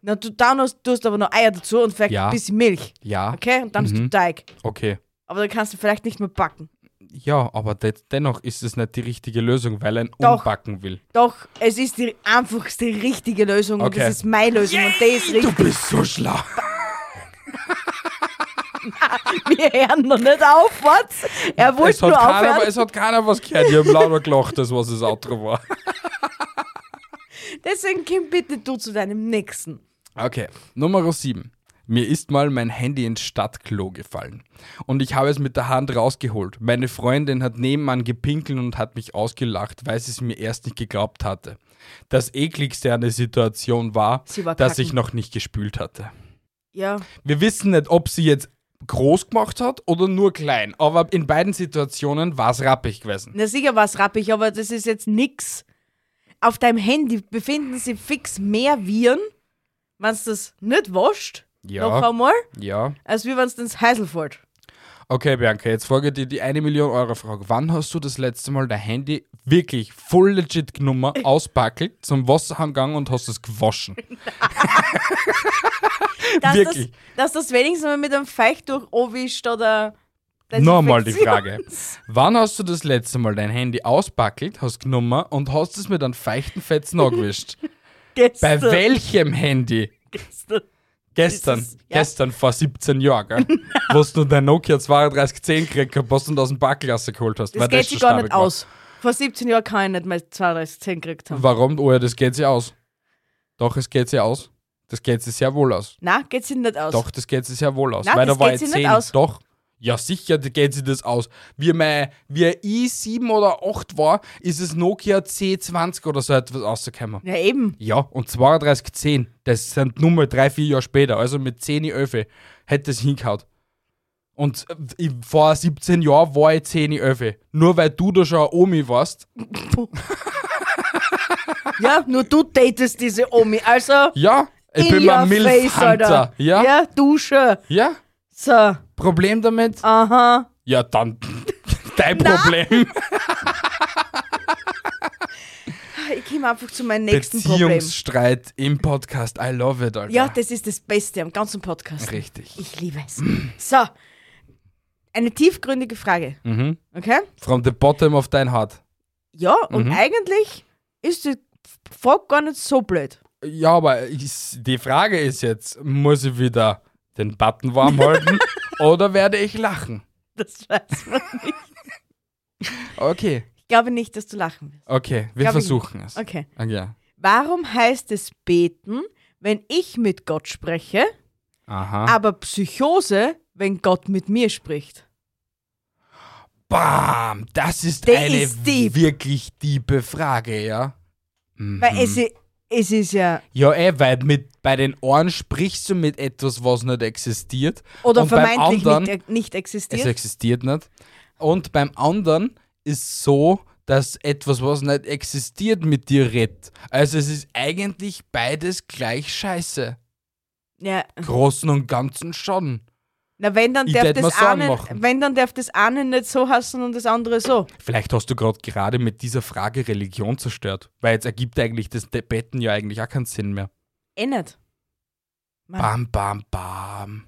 S2: Na, du, dann hast, tust aber noch Eier dazu und vielleicht
S1: Ja. Mhm.
S2: ein bisschen Milch.
S1: Ja.
S2: Okay? Und dann hast du Teig.
S1: Okay.
S2: Aber dann kannst du vielleicht nicht mehr backen.
S1: Ja, aber de dennoch ist es nicht die richtige Lösung, weil ein
S2: Doch.
S1: umbacken will.
S2: Doch, es ist die einfachste richtige Lösung und
S1: Okay.
S2: das ist meine Lösung und die ist
S1: Du
S2: richtig.
S1: bist so schlau.
S2: Wir hören noch nicht auf, was? Er
S1: Es
S2: wollte
S1: hat,
S2: nur
S1: keiner,
S2: aufhören.
S1: es hat keiner was gehört. Ich habe lauter gelacht, das was das Outro war.
S2: Deswegen, Kim, bitte du zu deinem nächsten.
S1: Okay, Nummer 7. Mir ist mal mein Handy ins Stadtklo gefallen. Und ich habe es mit der Hand rausgeholt. Meine Freundin hat nebenan gepinkelt und hat mich ausgelacht, weil sie es mir erst nicht geglaubt hatte. Das ekligste an der Situation war,
S2: Sie war
S1: dass
S2: kacken.
S1: ich noch nicht gespült hatte.
S2: Ja,
S1: Wir wissen nicht, ob sie jetzt groß gemacht hat oder nur klein. Aber in beiden Situationen war es rappig gewesen.
S2: na sicher war es rappig, aber das ist jetzt nix. Auf deinem Handy befinden sich fix mehr Viren, wenn es das nicht wascht,
S1: Ja.
S2: noch einmal,
S1: Ja.
S2: als wie wenn es ins Heiselfort.
S1: Okay, Bianca, jetzt frage ich dir die eine Million Euro Frage. Wann hast du das letzte Mal dein Handy wirklich voll legit genommen, auspackelt, zum Wasserhahn gegangen und hast es gewaschen?
S2: Dass
S1: Wirklich.
S2: Das, dass das wenigstens mal mit einem Feuchttuch anwischt oder.
S1: Nochmal die Frage.
S2: Desinfektions-
S1: Wann hast du das letzte Mal dein Handy auspackelt, hast genommen und hast es mit einem feichten Fetzen angewischt? Bei
S2: Gestern.
S1: welchem Handy?
S2: Gestern.
S1: Gestern,
S2: Dieses- ja.
S1: gestern vor 17 Jahren, gell? wo du dein Nokia 3210 gekriegt hast und aus dem Backlasse geholt hast.
S2: Das
S1: weil
S2: geht
S1: schon
S2: sich gar
S1: stabil
S2: nicht
S1: war.
S2: aus. Vor 17 Jahren kann ich nicht mal 32 10 gekriegt haben.
S1: Warum? Oh ja, das geht sie aus. Doch, es geht sie aus. Das geht sie sehr wohl aus.
S2: Nein, geht sich nicht aus.
S1: Doch, das geht sie sehr wohl aus.
S2: Nein,
S1: Weil
S2: das
S1: da war
S2: geht
S1: ich
S2: sie nicht
S1: 10.
S2: aus.
S1: Doch. Ja, sicher da geht sie das aus. Wie mein, wie ein i7 oder 8 war, ist es Nokia C20 oder so etwas rausgekommen.
S2: Ja, eben.
S1: Ja, und 3210, das sind nur mal drei, vier Jahre später, also mit 10 Öfe, hätte es hingehaut. Und äh, ich, vor 17 Jahren war ich 10 Öfe. Nur weil du da schon eine Omi warst.
S2: Ja, nur du datest diese Omi. Also,
S1: Ja, ich
S2: in
S1: bin
S2: your
S1: mal
S2: face,
S1: Milf-Hunter.
S2: Alter.
S1: Ja,
S2: ja, du schon.
S1: ja.
S2: So,
S1: Problem damit?
S2: aha.
S1: Ja, dann dein Problem.
S2: Ich komme einfach zu meinem nächsten Problem.
S1: Beziehungsstreit im Podcast. I love it, Alter.
S2: Ja, das ist das Beste am ganzen Podcast.
S1: Richtig.
S2: Ich liebe es. So, eine tiefgründige Frage.
S1: Mhm.
S2: Okay?
S1: From the bottom of dein heart.
S2: Ja,
S1: Mhm.
S2: und eigentlich ist die Frage gar nicht so blöd.
S1: Ja, aber ich, die Frage ist jetzt, muss ich wieder den Button warm halten oder werde ich lachen?
S2: Das weiß man.
S1: Okay,
S2: Ich glaube nicht, dass du lachen wirst.
S1: okay, wir
S2: Glaub ich
S1: versuchen es. Ah,
S2: Okay.
S1: Okay.
S2: Warum heißt es beten, wenn ich mit Gott spreche,
S1: Aha.
S2: aber Psychose, wenn Gott mit mir spricht?
S1: Bam! Das ist
S2: Der
S1: eine
S2: ist deep.
S1: wirklich tiefe Frage, ja? Mhm.
S2: Weil es, i- es ist ja.
S1: Ja, eh, weil mit, bei den Ohren sprichst du mit etwas, was nicht existiert.
S2: Oder
S1: und
S2: vermeintlich
S1: beim anderen,
S2: nicht, nicht
S1: Es
S2: existiert.
S1: existiert nicht. Und beim anderen ist so, dass etwas, was nicht existiert, mit dir redet. Also es ist eigentlich beides gleich scheiße.
S2: ja.
S1: Großen und Ganzen schon.
S2: Na, wenn dann,
S1: Ich
S2: darf
S1: tät
S2: das
S1: mir Sorgen
S2: eine,
S1: machen.
S2: wenn dann darf das eine nicht so hassen und das andere so.
S1: Vielleicht hast du gerade gerade mit dieser Frage Religion zerstört. Weil jetzt ergibt eigentlich das Betten ja eigentlich auch keinen Sinn mehr.
S2: Eh nicht. Mann,
S1: Bam, bam, bam.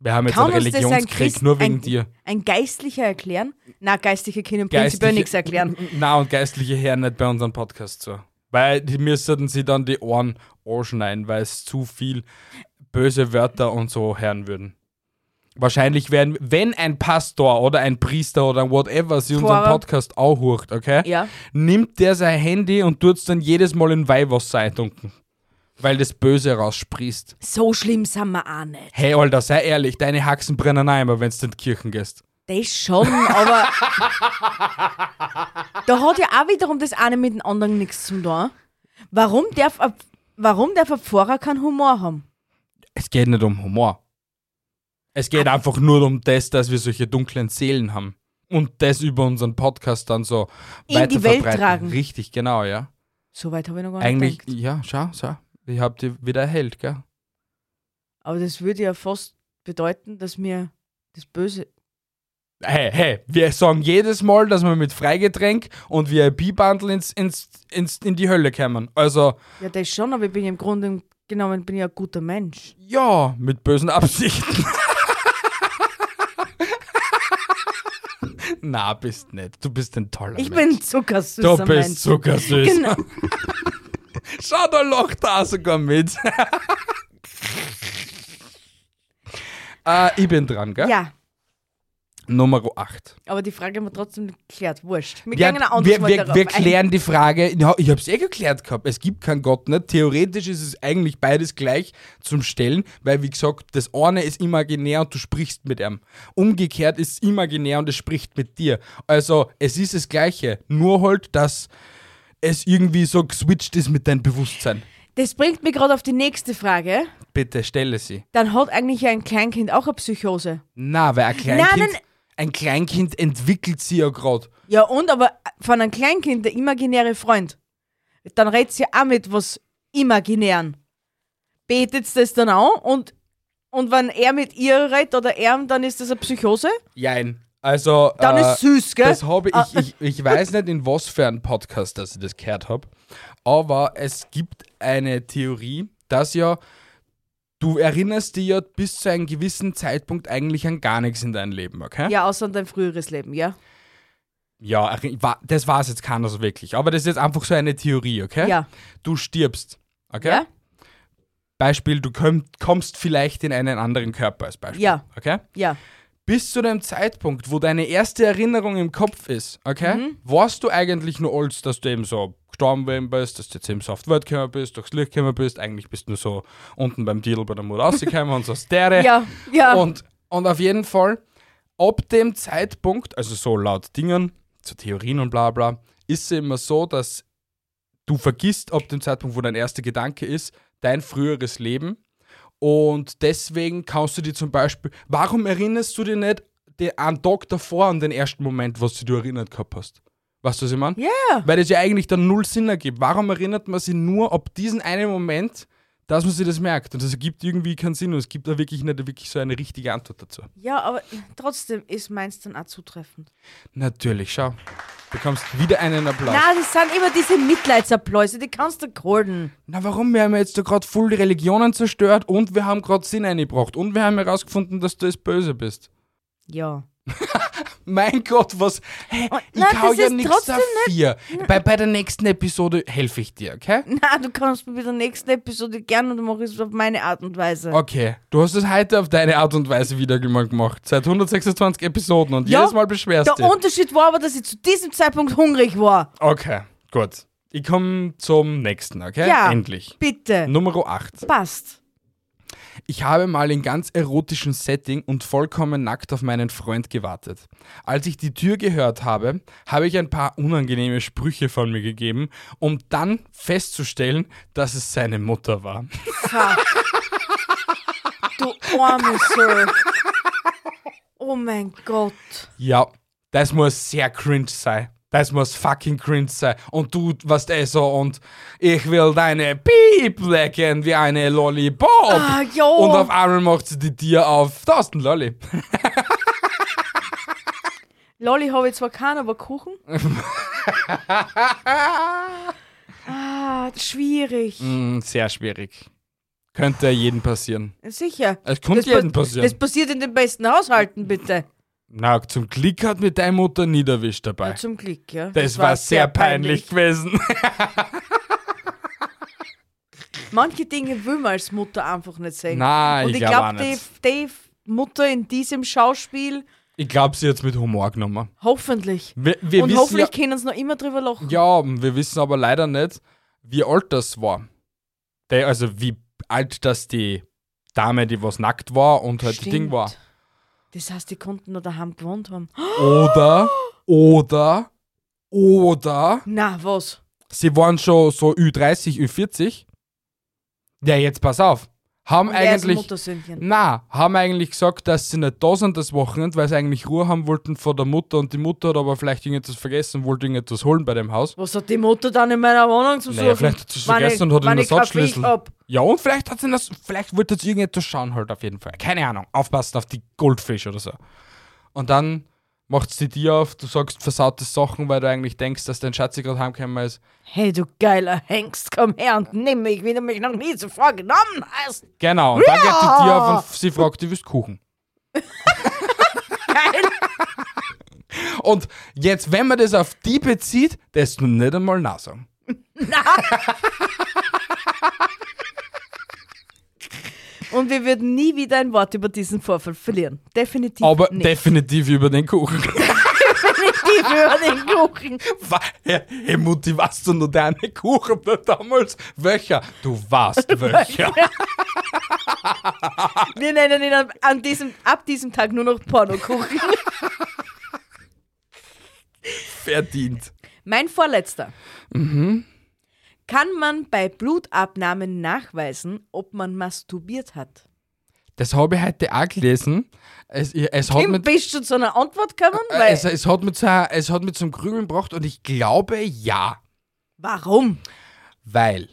S1: Wir haben jetzt
S2: Ah. Kann
S1: einen
S2: uns das ein
S1: Religionskrieg
S2: Christ-
S1: nur wegen
S2: ein-
S1: dir.
S2: Ein Geistlicher erklären? Na, Geistliche können
S1: Geistliche-
S2: prinzipiell nichts erklären.
S1: Na und geistliche Herren nicht bei unserem Podcast so. Weil die müssten sie dann die Ohren anschneiden, weil es zu viel böse Wörter und so hören würden. Wahrscheinlich werden, wenn ein Pastor oder ein Priester oder whatever sie unseren
S2: Pfarrer.
S1: Podcast auch hört, okay?
S2: Ja.
S1: Nimmt der sein Handy und tut's dann jedes Mal in Weihwasser eintunken. Weil das Böse raussprießt.
S2: So schlimm sind wir auch nicht.
S1: Hey, Alter, sei ehrlich, deine Haxen brennen auch immer, wenn's in die Kirchen gehst.
S2: Das schon, aber. da hat ja auch wiederum das eine mit dem anderen nichts zu tun. Warum darf, ein- warum darf ein Pfarrer keinen Humor haben?
S1: Es geht nicht um Humor. Es geht einfach nur um das, dass wir solche dunklen Seelen haben. Und das über unseren Podcast dann so
S2: In die
S1: weiter
S2: Welt
S1: verbreiten.
S2: tragen.
S1: Richtig, genau, ja.
S2: So weit habe ich noch gar nicht
S1: Eigentlich,
S2: gedacht.
S1: ja, schau, schau. Ich hab die wieder erhellt, gell?
S2: Aber das würde ja fast bedeuten, dass mir das Böse.
S1: Hey, hey, wir sagen jedes Mal, dass wir mit Freigetränk und VIP-Bundle ins, ins, ins, in die Hölle kommen. Also,
S2: Ja, das schon, aber ich bin ja im Grunde genommen bin ich ein guter Mensch.
S1: ja, mit bösen Absichten. Na, bist nicht. Du bist ein toller
S2: Ich
S1: Mensch.
S2: bin zuckersüßer
S1: Du bist
S2: Mensch.
S1: zuckersüß.
S2: Genau.
S1: Schau, da lacht er auch sogar mit. äh, ich bin dran, gell?
S2: Ja,
S1: Nummer 8.
S2: aber die Frage haben wir trotzdem nicht geklärt. Wurscht. Wir
S1: Ja,
S2: gehen ein anderes
S1: wir,
S2: Mal
S1: wir,
S2: darauf
S1: wir
S2: ein.
S1: klären die Frage. Ja, ich habe es eh geklärt gehabt. Es gibt keinen Gott. Ne? Theoretisch ist es eigentlich beides gleich zum Stellen, weil, wie gesagt, das eine ist imaginär und du sprichst mit ihm. Umgekehrt ist es imaginär und es spricht mit dir. Also, es ist das Gleiche. Nur halt, dass es irgendwie so geswitcht ist mit deinem Bewusstsein.
S2: Das bringt mich gerade auf die nächste Frage.
S1: Bitte stelle sie.
S2: Dann hat eigentlich ein Kleinkind auch eine Psychose.
S1: Na, weil ein Kleinkind,
S2: Nein, nein.
S1: ein Kleinkind entwickelt sie ja gerade.
S2: Ja, und aber von einem Kleinkind der imaginäre Freund. Dann redet sie auch mit was Imaginären. Betet das dann auch und, und wenn er mit ihr redet oder er, dann ist das eine Psychose.
S1: Jein. Also,
S2: Dann
S1: äh,
S2: ist süß, gell?
S1: Das habe
S2: Ah.
S1: ich, ich, ich weiß nicht, in was für einem Podcast, dass ich das gehört habe, aber es gibt eine Theorie, dass ja, du erinnerst dich ja bis zu einem gewissen Zeitpunkt eigentlich an gar nichts in deinem Leben, okay?
S2: Ja, außer an dein früheres Leben, ja.
S1: Ja, erinn- wa- das war es jetzt keiner so wirklich, aber das ist jetzt einfach so eine Theorie, okay?
S2: Ja.
S1: Du stirbst, okay?
S2: Ja.
S1: Beispiel, du kömm- kommst vielleicht in einen anderen Körper als Beispiel,
S2: Ja.
S1: okay?
S2: Ja.
S1: bis zu dem Zeitpunkt, wo deine erste Erinnerung im Kopf ist, okay,
S2: Mhm.
S1: warst du eigentlich nur alles, dass du eben so gestorben worden bist, dass du jetzt eben so auf die Welt gekommen bist, durchs Licht gekommen bist, eigentlich bist du nur so unten beim Titel bei der Mutter rausgekommen und so Stere.
S2: Ja, ja.
S1: Und, und auf jeden Fall, ab dem Zeitpunkt, also so laut Dingen, zu Theorien und bla bla, ist es immer so, dass du vergisst ab dem Zeitpunkt, wo dein erster Gedanke ist, dein früheres Leben. Und deswegen kannst du dir zum Beispiel, warum erinnerst du dir nicht den, einen Tag davor an den ersten Moment, was du dir erinnert gehabt hast? Weißt du, was ich meine?
S2: Ja, ja.
S1: Weil das ja eigentlich dann null Sinn ergibt. Warum erinnert man sich nur ab diesen einen Moment, dass man sich das merkt? Und das ergibt irgendwie keinen Sinn und es gibt da wirklich nicht wirklich so eine richtige Antwort dazu.
S2: Ja, aber trotzdem ist meins dann auch zutreffend.
S1: Natürlich, schau. Du bekommst wieder einen Applaus.
S2: Na, das sind immer diese Mitleidsapplaus, die kannst du golden.
S1: Na warum? Wir haben ja jetzt da gerade voll die Religionen zerstört und wir haben gerade Sinn eingebracht und wir haben herausgefunden, dass du das Böse bist.
S2: Ja.
S1: Mein Gott, was? Hä, ich
S2: Oh, nein,
S1: hau
S2: das
S1: ja
S2: ist
S1: nichts
S2: trotzdem
S1: dafür. Bei, bei der nächsten Episode helfe ich dir, okay?
S2: Na, du kannst mir bei der nächsten Episode gern und mach es auf meine Art und Weise.
S1: Okay, du hast es heute auf deine Art und Weise wieder mal gemacht. Seit 126 Episoden und
S2: Ja,
S1: jedes Mal beschwerst
S2: Der
S1: du.
S2: Unterschied war aber, dass ich zu diesem Zeitpunkt hungrig war.
S1: Okay, gut. Ich komme zum nächsten, okay?
S2: Ja.
S1: Endlich.
S2: Bitte.
S1: Nummer 8.
S2: Passt.
S1: Ich habe mal in ganz erotischem Setting und vollkommen nackt auf meinen Freund gewartet. Als ich die Tür gehört habe, habe ich ein paar unangenehme Sprüche von mir gegeben, um dann festzustellen, dass es seine Mutter war.
S2: Fuck. du arme Sohn. Oh mein Gott.
S1: Ja, das muss sehr cringe sein. Das muss fucking cringe sein. Und du, was eh so, und ich will deine Piep lecken wie eine Lollipop.
S2: Ah, jo.
S1: Und auf einmal macht sie die Tür auf. Da ist ein Lolli.
S2: Lolli habe ich zwar keinen, aber Kuchen? ah, schwierig.
S1: Mm, sehr schwierig. Könnte jeden passieren.
S2: Sicher.
S1: Es könnte
S2: pa-
S1: Also, jedem passieren.
S2: Das passiert in den besten Haushalten, bitte.
S1: Na, zum Glück hat mir deine Mutter nie erwischt dabei.
S2: Ja, zum Glück, ja.
S1: das, war sehr peinlich, gewesen.
S2: Manche Dinge will man als Mutter einfach nicht sehen.
S1: Nein,
S2: Und
S1: ich
S2: ich
S1: glaub auch
S2: glaube, die,
S1: nicht.
S2: die Mutter in diesem Schauspiel,
S1: Ich glaube, sie hat es mit Humor genommen.
S2: hoffentlich.
S1: Wir, wir
S2: Und
S1: wissen
S2: hoffentlich können uns noch immer drüber lachen.
S1: ja, ja, wir wissen aber leider nicht, wie alt das war. Der- also wie alt das die Dame, die was nackt war und halt die
S2: Stimmt.
S1: Ding war.
S2: Das heißt, die konnten noch daheim gewohnt haben.
S1: Oder, oder, oder,
S2: Na, was?
S1: sie waren schon so Ü30, Ü40. Ja, jetzt pass auf. Haben
S2: Wer ist
S1: eigentlich.
S2: Muttersöhnchen?
S1: Na, haben eigentlich gesagt, dass sie nicht da sind das Wochenende, weil sie eigentlich Ruhe haben wollten von der Mutter und die Mutter hat aber vielleicht irgendetwas vergessen, wollte irgendetwas holen bei dem Haus.
S2: Was hat die Mutter dann in meiner Wohnung zu suchen?
S1: Naja, vielleicht hat sie es
S2: Wenn
S1: vergessen
S2: ich-
S1: und hat
S2: wenn
S1: einen
S2: ich kein
S1: Ersatzschlüssel.
S2: Viech hab.
S1: Ja, und vielleicht hat sie das, vielleicht wollte sie irgendetwas schauen halt auf jeden Fall. Keine Ahnung, aufpassen auf die Goldfisch oder so. Und dann macht sie dir auf, du sagst versaute Sachen, weil du eigentlich denkst, dass dein Schatzi gerade heimgekommen ist.
S2: Hey, du geiler Hengst, komm her und nimm mich, wie du mich noch nie zuvor genommen hast.
S1: Genau, und dann geht die dir auf und sie fragt, du willst Kuchen.
S2: Geil.
S1: Und jetzt, wenn man das auf die bezieht, das du nicht einmal nachsagen.
S2: Und wir würden nie wieder ein Wort über diesen Vorfall verlieren. Definitiv
S1: Aber
S2: nicht.
S1: definitiv über den Kuchen.
S2: Definitiv über den Kuchen.
S1: Wa- Hey, hey Mutti, warst du nur deine Kuchen da damals? Welcher? Du warst welcher.
S2: Wir nennen ihn an- an diesem, ab diesem Tag nur noch Pornokuchen.
S1: Verdient.
S2: Mein vorletzter.
S1: Mhm.
S2: Kann man bei Blutabnahmen nachweisen, ob man masturbiert hat?
S1: Das habe ich heute auch gelesen. Es, es hat
S2: Im
S1: mit äh,
S2: bist du zu einer Antwort kommen? Weil,
S1: es, es hat mit so, es hat mit zum Grübeln gebracht und ich glaube ja,
S2: warum?
S1: weil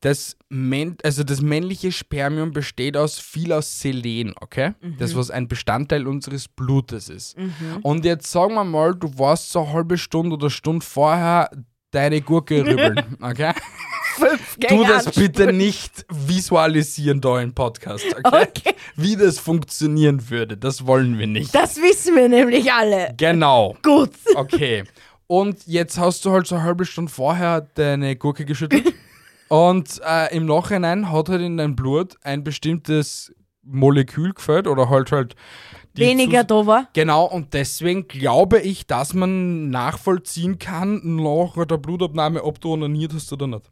S1: das, Män also das männliche Spermium besteht aus viel aus Selen, okay?
S2: Mhm.
S1: Das, was ein Bestandteil unseres Blutes ist. Und jetzt sagen wir mal, du warst so eine halbe Stunde oder Stunde vorher deine Gurke rübeln, okay?
S2: Fünf
S1: Tu
S2: Gänge
S1: das
S2: ansprühen.
S1: bitte nicht visualisieren da im Podcast, okay?
S2: Okay,
S1: Wie das funktionieren würde, das wollen wir nicht.
S2: das wissen wir nämlich alle.
S1: Genau.
S2: Gut.
S1: Okay. Und jetzt hast du halt so eine halbe Stunde vorher deine Gurke geschüttelt. und äh, im Nachhinein hat halt in dein Blut ein bestimmtes Molekül gefällt oder halt halt. die
S2: Weniger
S1: Zus-
S2: da war.
S1: Genau, und deswegen glaube ich, dass man nachvollziehen kann, nach der Blutabnahme, ob du onaniert hast oder nicht.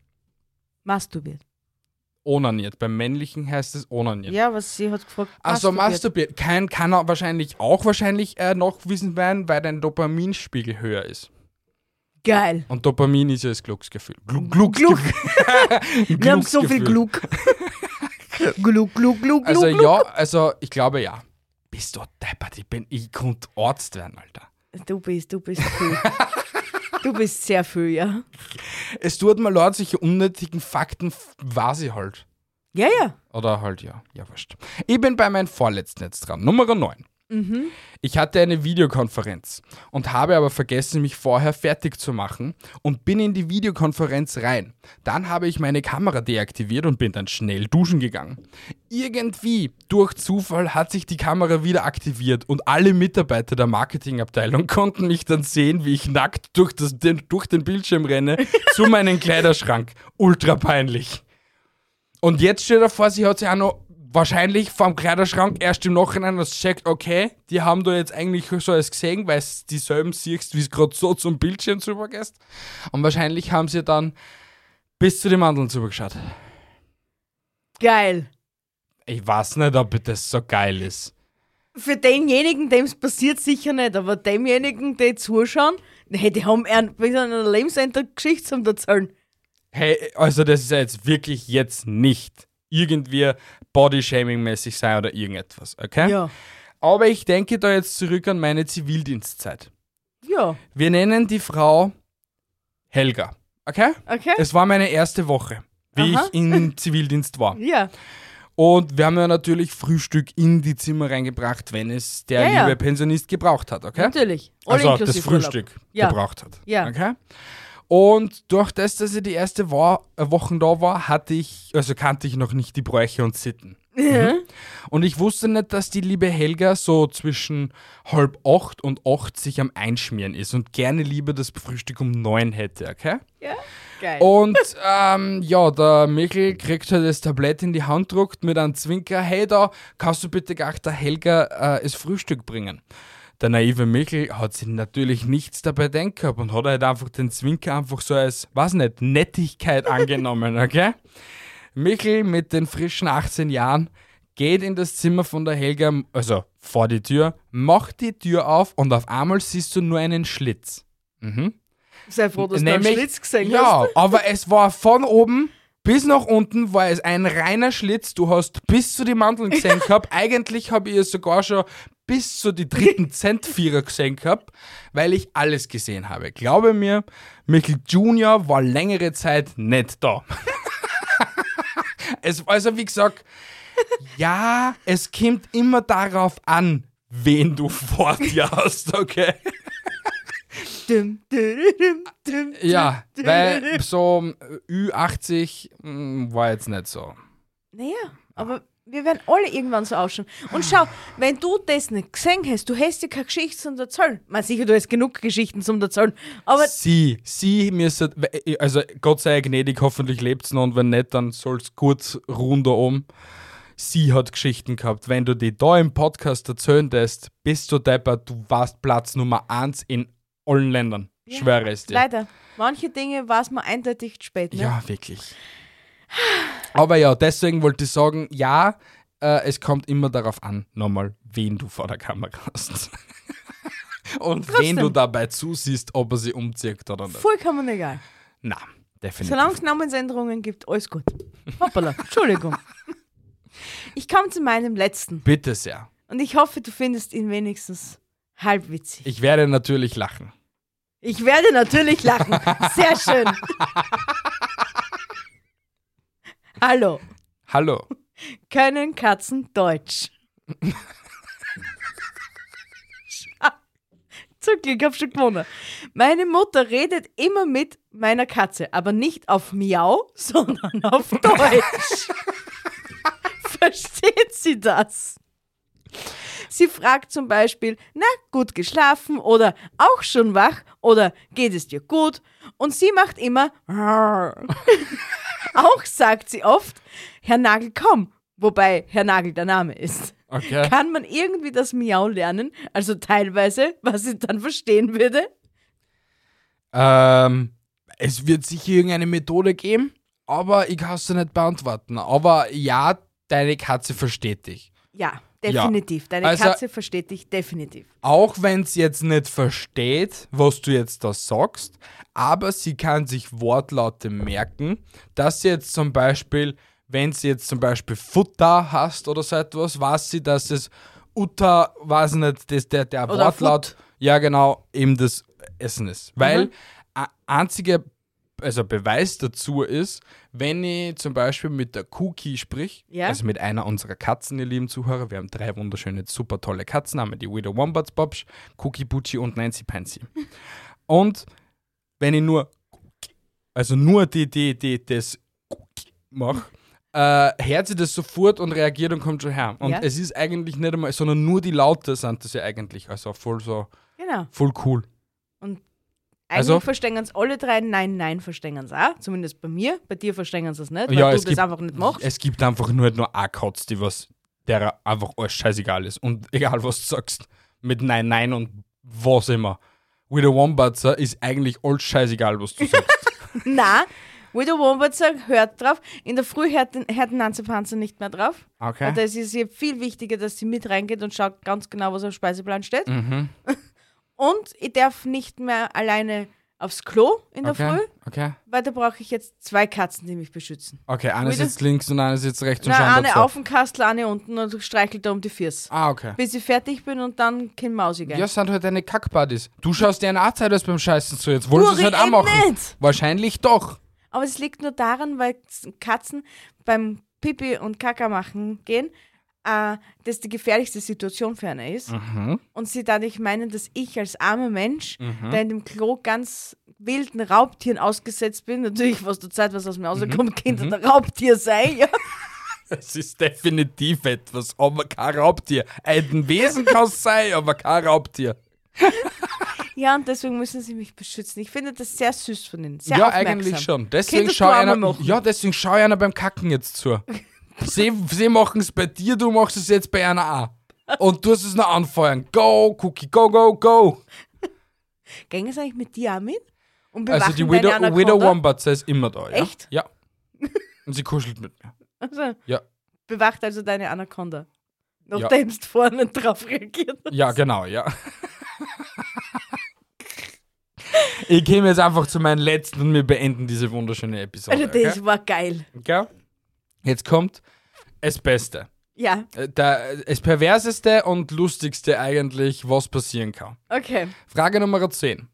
S2: Masturbiert.
S1: Onaniert. Beim männlichen heißt es onaniert.
S2: Ja, was sie hat gefragt.
S1: Also
S2: masturbiert.
S1: masturbiert. Kein kann er wahrscheinlich auch wahrscheinlich äh, nachgewiesen werden, weil dein Dopaminspiegel höher ist.
S2: Geil.
S1: Und Dopamin ist ja das Glücksgefühl. Gluck, Gluck, Gluck.
S2: Wir haben so viel Gluck. Gluck, Gluck, Gluck,
S1: Also
S2: Gluck, Gluck.
S1: ja, also ich glaube ja. Bist du deppert? Ich bin, ich konnte Arzt werden, Alter.
S2: Du bist, du bist viel. Du bist sehr viel, ja.
S1: Es tut mir leid, solche unnötigen Fakten f- weiß ich halt.
S2: Ja, ja.
S1: Oder halt, ja, ja, wurscht. Ich bin bei meinem vorletzten jetzt dran, Nummer 9. Ich hatte eine Videokonferenz und habe aber vergessen, mich vorher fertig zu machen und bin in die Videokonferenz rein. Dann habe ich meine Kamera deaktiviert und bin dann schnell duschen gegangen. Irgendwie, durch Zufall, hat sich die Kamera wieder aktiviert und alle Mitarbeiter der Marketingabteilung konnten mich dann sehen, wie ich nackt durch, das, den, durch den Bildschirm renne zu meinem Kleiderschrank. Ultra peinlich. Und jetzt steht er vor, sie hat sich auch noch wahrscheinlich vom Kleiderschrank erst im Nachhinein das checkt, okay, die haben da jetzt eigentlich so alles gesehen, weil es dieselben siehst, wie es gerade so zum Bildschirm rübergehst. Und wahrscheinlich haben sie dann bis zu den Mandeln rübergeschaut.
S2: Geil.
S1: Ich weiß nicht, ob das so geil ist.
S2: für denjenigen, dem es passiert, sicher nicht, aber demjenigen, die zuschauen, nee, die haben einen, bis an einer Lebensende-Geschichte zum Erzählen.
S1: Hey, also das ist ja jetzt wirklich jetzt nicht irgendwie Bodyshaming-mäßig sein oder irgendetwas, okay?
S2: Ja.
S1: Aber ich denke da jetzt zurück an meine Zivildienstzeit.
S2: Ja,
S1: Wir nennen die Frau Helga, okay?
S2: okay?
S1: Es war meine erste Woche, wie
S2: Aha.
S1: ich im Zivildienst war.
S2: ja,
S1: Und wir haben ja natürlich Frühstück in die Zimmer reingebracht, wenn es der
S2: Ja, ja.
S1: liebe Pensionist gebraucht hat, okay?
S2: natürlich.
S1: Also das
S2: All-inclusive Urlaub.
S1: Frühstück
S2: Ja.
S1: gebraucht hat.
S2: Ja.
S1: Okay? Und durch das, dass ich die erste Wo- äh, Woche da war, hatte ich, also kannte ich noch nicht die Bräuche und Sitten. Mhm. Und ich wusste nicht, dass die liebe Helga so zwischen halb acht und acht sich am Einschmieren ist und gerne lieber das Frühstück um neun hätte, okay?
S2: Ja, geil.
S1: Und ähm, ja, der Michel kriegt halt das Tablett in die Hand, druckt mit einem Zwinker, hey da, kannst du bitte gleich der Helga äh, das Frühstück bringen? Der naive Michel hat sich natürlich nichts dabei denkt gehabt und hat halt einfach den Zwinker einfach so als, weiß nicht, Nettigkeit angenommen, okay? Michel mit den frischen 18 Jahren geht in das Zimmer von der Helga, also vor die Tür, macht die Tür auf und auf einmal siehst du nur einen Schlitz.
S2: Sei froh, dass du einen Schlitz gesehen
S1: Ja,
S2: hast.
S1: aber es war von oben bis nach unten war es ein reiner Schlitz. Du hast bis zu die Mandeln gesehen gehabt. Eigentlich habe ich es sogar schon bis zu die dritten Zentvierer gesehen gehabt, weil ich alles gesehen habe. Glaube mir, Michael Junior war längere Zeit nicht da. es, also wie gesagt, ja, es kommt immer darauf an, wen du vor dir hast, okay?
S2: Düm, düm, düm, düm.
S1: Ja, weil so äh, Ü80 mm, war hm, jetzt nicht so.
S2: Naja, aber wir werden alle irgendwann so ausschauen. Und schau, wenn du das nicht gesehen hast, du hast ja keine Geschichte zum Erzählen. Man sicher, du hast genug Geschichten zum Erzählen. Aber
S1: Sie, sie müssen, also Gott sei gnädig, hoffentlich lebt's noch und wenn nicht, dann soll's kurz ruhen da oben. Sie hat Geschichten gehabt. Wenn du die da im Podcast erzählen lässt, bist du deppert, du warst Platz Nummer 1 in allen Ländern. Schwöre es dir.
S2: leider, manche Dinge weiß man eindeutig zu spät. Ne?
S1: Ja, wirklich. Aber ja, deswegen wollte ich sagen, ja, äh, es kommt immer darauf an, nochmal, wen du vor der Kamera hast. Und wen du dabei zusiehst, ob er sie umzieht oder nicht.
S2: Vollkommen egal.
S1: Na, definitiv.
S2: Solange es Namensänderungen gibt, alles gut. Hoppala, Entschuldigung. Ich komme zu meinem letzten
S1: Bitte sehr.
S2: und ich hoffe, du findest ihn wenigstens halbwitzig.
S1: Ich werde natürlich lachen.
S2: Ich werde natürlich lachen. Sehr schön. Hallo,
S1: Hallo.
S2: können Katzen Deutsch? Zum Glück hab schon gewonnen. Meine Mutter redet immer mit meiner Katze, aber nicht auf Miau, sondern auf Deutsch. Versteht sie das? Sie fragt zum Beispiel, na, gut geschlafen oder auch schon wach oder geht es dir gut? Und sie macht immer Auch sagt sie oft, Herr Nagel, komm, wobei Herr Nagel der Name ist.
S1: Okay.
S2: Kann man irgendwie das Miau lernen? Also teilweise, was ich dann verstehen würde?
S1: Ähm, es wird sicher irgendeine Methode geben, aber ich kann es dir nicht beantworten. Aber ja, deine Katze versteht dich.
S2: Ja, definitiv. Deine
S1: Also-
S2: Katze versteht dich definitiv.
S1: Auch wenn es jetzt nicht versteht, was du jetzt da sagst, aber sie kann sich Wortlaute merken, dass sie jetzt zum Beispiel, wenn sie jetzt zum Beispiel Futter hast oder so etwas, weiß sie, dass es Utter, weiß nicht, das, der, der
S2: Oder
S1: Wortlaut, ja genau, eben das Essen ist. Weil a- einziger also Beweis dazu ist, wenn ich zum Beispiel mit der Cookie sprich,
S2: Ja.
S1: also mit einer unserer Katzen, ihr lieben Zuhörer, wir haben drei wunderschöne, super tolle Katzennamen, die Widow Wombats Bobsch, Cookie Butchie und Nancy Pansy. und wenn ich nur, also nur die, die, die, das mache, äh, hört sie das sofort und reagiert und kommt schon her. Und
S2: Ja.
S1: es ist eigentlich nicht einmal, sondern nur die Laute sind das ja eigentlich, also voll so,
S2: Genau.
S1: voll cool.
S2: Eigentlich
S1: Also-
S2: verstehen uns alle drei Nein, Nein verstehen uns auch. Zumindest bei mir. Bei dir verstehen sie es nicht, weil
S1: Ja,
S2: du
S1: es
S2: das
S1: gibt-
S2: einfach nicht machst.
S1: Es gibt einfach nur, nur eine Katze, die was, der einfach alles scheißegal ist. Und egal, was du sagst, mit Nein, Nein und was immer. With a Wombatzer ist eigentlich alles scheißegal, was du sagst.
S2: Na, Widow Wombats hört drauf. In der Früh hört, hört Nancy Panzer nicht mehr drauf.
S1: Okay.
S2: Und es ist ihr viel wichtiger, dass sie mit reingeht und schaut ganz genau, was auf dem Speiseplan steht.
S1: Mhm.
S2: Und ich darf nicht mehr alleine aufs Klo in der
S1: Okay,
S2: Früh,
S1: okay.
S2: weil da brauche ich jetzt zwei Katzen, die mich beschützen.
S1: Okay, eine
S2: With a-
S1: sitzt links und eine sitzt rechts und
S2: Na,
S1: schaut
S2: eine
S1: dazu.
S2: auf dem Kastel, eine unten und streichelt da um die Füße.
S1: Ah, okay.
S2: Bis ich fertig bin und dann kein Mausi gehen.
S1: Ja, es sind halt deine Kackbuddies. Du schaust dir eine Art aus beim Scheißen zu. Jetzt wollen sie es
S2: Uri,
S1: halt auch
S2: eh
S1: machen.
S2: nicht.
S1: Wahrscheinlich doch.
S2: Aber es liegt nur daran, weil Katzen beim Pipi und Kaka machen gehen, äh, das die gefährlichste Situation für eine ist.
S1: Mhm.
S2: Und sie dadurch meinen, dass ich als armer Mensch, der in dem Klo ganz wilden Raubtieren ausgesetzt bin, natürlich, was zur Zeit, was aus mir
S1: Mhm.
S2: rauskommt, könnte ein Raubtier sein, ja.
S1: Es ist definitiv etwas, aber kein Raubtier. Ein Wesen kann es sein, aber kein Raubtier.
S2: Ja, und deswegen müssen sie mich beschützen. Ich finde das sehr süß von ihnen. Sehr
S1: ja,
S2: aufmerksam.
S1: eigentlich schon. Deswegen
S2: Könntest
S1: schau
S2: du auch mal
S1: einer,
S2: machen.
S1: ja, deswegen schau einer beim Kacken jetzt zu. sie sie machen es bei dir, du machst es jetzt bei einer auch. Und du hast es noch anfeuern. Go, Cookie, go, go, go.
S2: Gängen es eigentlich mit dir auch mit? Und
S1: Also
S2: bewachen
S1: die
S2: deine
S1: Widow,
S2: Anaconda?
S1: Widow Wombat ist immer da, ja?
S2: Echt?
S1: Ja. Und sie kuschelt mit mir.
S2: Also,
S1: Ja.
S2: Bewacht also deine Anaconda. Nachdem du vorne drauf reagiert hast.
S1: Ja, genau, ja. ich komme jetzt einfach zu meinen letzten und wir beenden diese wunderschöne Episode.
S2: Also, das
S1: Okay?
S2: war geil.
S1: Okay? Jetzt kommt das Beste.
S2: Ja,
S1: Äh, der, das perverseste und lustigste eigentlich, was passieren kann.
S2: okay.
S1: Frage Nummer 10.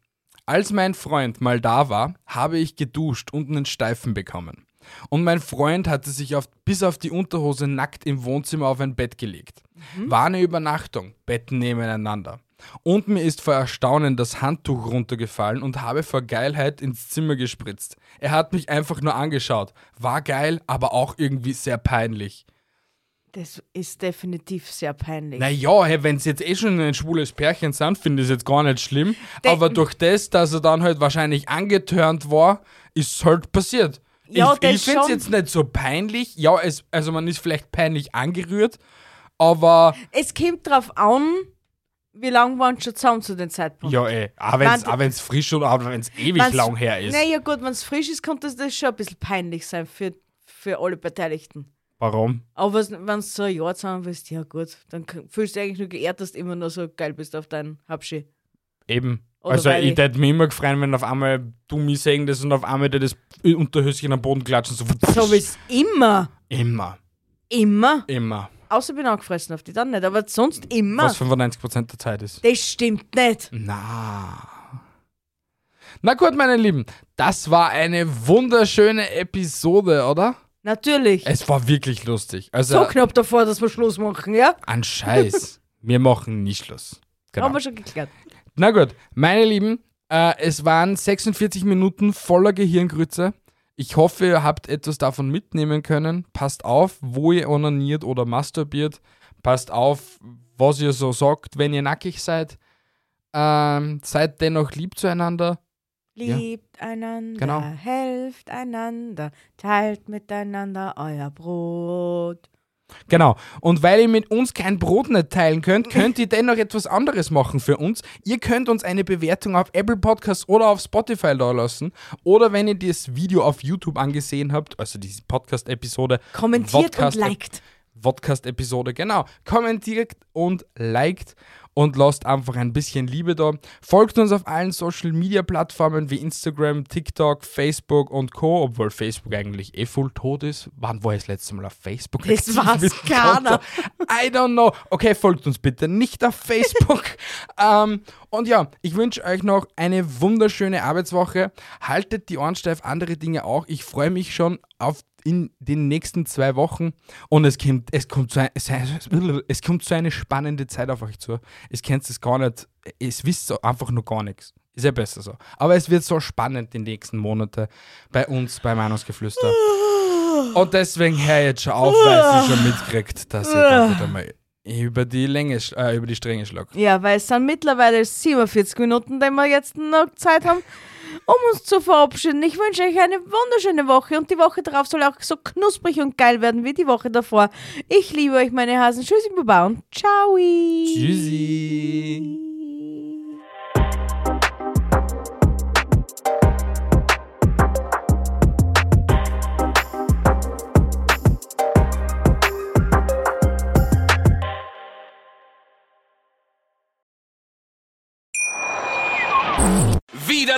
S1: Als mein Freund mal da war, habe ich geduscht und einen Steifen bekommen. Und mein Freund hatte sich auf, bis auf die Unterhose nackt im Wohnzimmer auf ein Bett gelegt. War eine Übernachtung, Betten nebeneinander. Und mir ist vor Erstaunen das Handtuch runtergefallen und habe vor Geilheit ins Zimmer gespritzt. Er hat mich einfach nur angeschaut. War geil, aber auch irgendwie sehr peinlich.
S2: Das ist definitiv sehr peinlich.
S1: Naja, hey, wenn es jetzt eh schon ein schwules Pärchen sind, finde ich es jetzt gar nicht schlimm.
S2: De-
S1: aber durch das, dass er dann halt wahrscheinlich angetörnt war, ist es halt passiert.
S2: Ja,
S1: ich
S2: das
S1: ich finde es
S2: schon.
S1: jetzt nicht so peinlich. Ja, es, also man ist vielleicht peinlich angerührt, aber
S2: Es kommt drauf an, wie lange waren sie schon zusammen zu dem Zeitpunkt.
S1: ja, ey, auch wenn es
S2: Wenn's-
S1: auch wenn's frisch und auch wenn es ewig
S2: Wenn's-
S1: lang her ist.
S2: Naja, gut, wenn es frisch ist, kann das, das schon ein bisschen peinlich sein für, für alle Beteiligten.
S1: Warum?
S2: Aber wenn es so ein Jahr zusammen bist, ja gut, dann k- fühlst du dich eigentlich nur geehrt, dass du immer nur so geil bist auf deinen Habschi.
S1: Eben.
S2: Oder
S1: also
S2: weil
S1: ich
S2: ich-
S1: hätte mich immer gefreut, wenn auf einmal du mich sehen das und auf einmal dir das Unterhöschen am Boden klatschen. So,
S2: So wie es immer,
S1: Immer.
S2: immer,
S1: Immer.
S2: außer bin angefressen auf die dann nicht, aber sonst immer.
S1: Was Hm. 95% der Zeit ist.
S2: Das stimmt nicht.
S1: Na. Na gut, meine Lieben, das war eine wunderschöne Episode, oder?
S2: Natürlich.
S1: Es war wirklich lustig.
S2: so
S1: Also
S2: knapp davor, dass wir Schluss machen, ja?
S1: an Scheiß. Wir machen nicht Schluss. Genau.
S2: Haben wir schon geklärt.
S1: Na gut, meine Lieben, äh, es waren 46 Minuten voller Gehirngrütze. Ich hoffe, ihr habt etwas davon mitnehmen können. Passt auf, wo ihr onaniert oder masturbiert. Passt auf, was ihr so sagt, wenn ihr nackig seid. Ähm, seid dennoch lieb zueinander. Ja.
S2: Liebt einander,
S1: Genau.
S2: helft einander, teilt miteinander euer Brot.
S1: Genau. Und weil ihr mit uns kein Brot nicht teilen könnt, könnt ihr dennoch etwas anderes machen für uns. Ihr könnt uns eine Bewertung auf Apple Podcasts oder auf Spotify da lassen. Oder wenn ihr das Video auf YouTube angesehen habt, also diese Podcast-Episode.
S2: Kommentiert
S1: Vodcast-
S2: und liked.
S1: Podcast-Episode, genau. Kommentiert und liked und lasst einfach ein bisschen Liebe da. Folgt uns auf allen Social-Media-Plattformen wie Instagram, TikTok, Facebook und Co., obwohl Facebook eigentlich eh voll tot ist. Wann war ich das letzte Mal auf Facebook?
S2: Das
S1: aktiv
S2: weiß
S1: mit dem
S2: keiner.
S1: Konto? I don't know. Okay, folgt uns bitte nicht auf Facebook. ähm, und ja, ich wünsche euch noch eine wunderschöne Arbeitswoche. Haltet die Ohren steif, andere Dinge auch. Ich freue mich schon auf in den nächsten zwei Wochen und es kommt, es kommt, so, ein, es, es kommt so eine spannende Zeit auf euch zu. Es kennt es gar nicht, es wisst so einfach nur gar nichts. Ist ja besser so. Aber es wird so spannend die nächsten Monate bei uns, bei Meinungsgeflüster. Und deswegen hör jetzt schon auf, weil sie schon mitkriegt, dass ich dann wieder mal über die Länge, sch- äh, über die Stränge schlag.
S2: Ja, weil es sind mittlerweile 47 Minuten, die wir jetzt noch Zeit haben, um uns zu verabschieden. Ich wünsche euch eine wunderschöne Woche und die Woche darauf soll auch so knusprig und geil werden wie die Woche davor. Ich liebe euch, meine Hasen. Tschüssi, Baba und ciao.
S1: Tschüssi.
S3: Wieder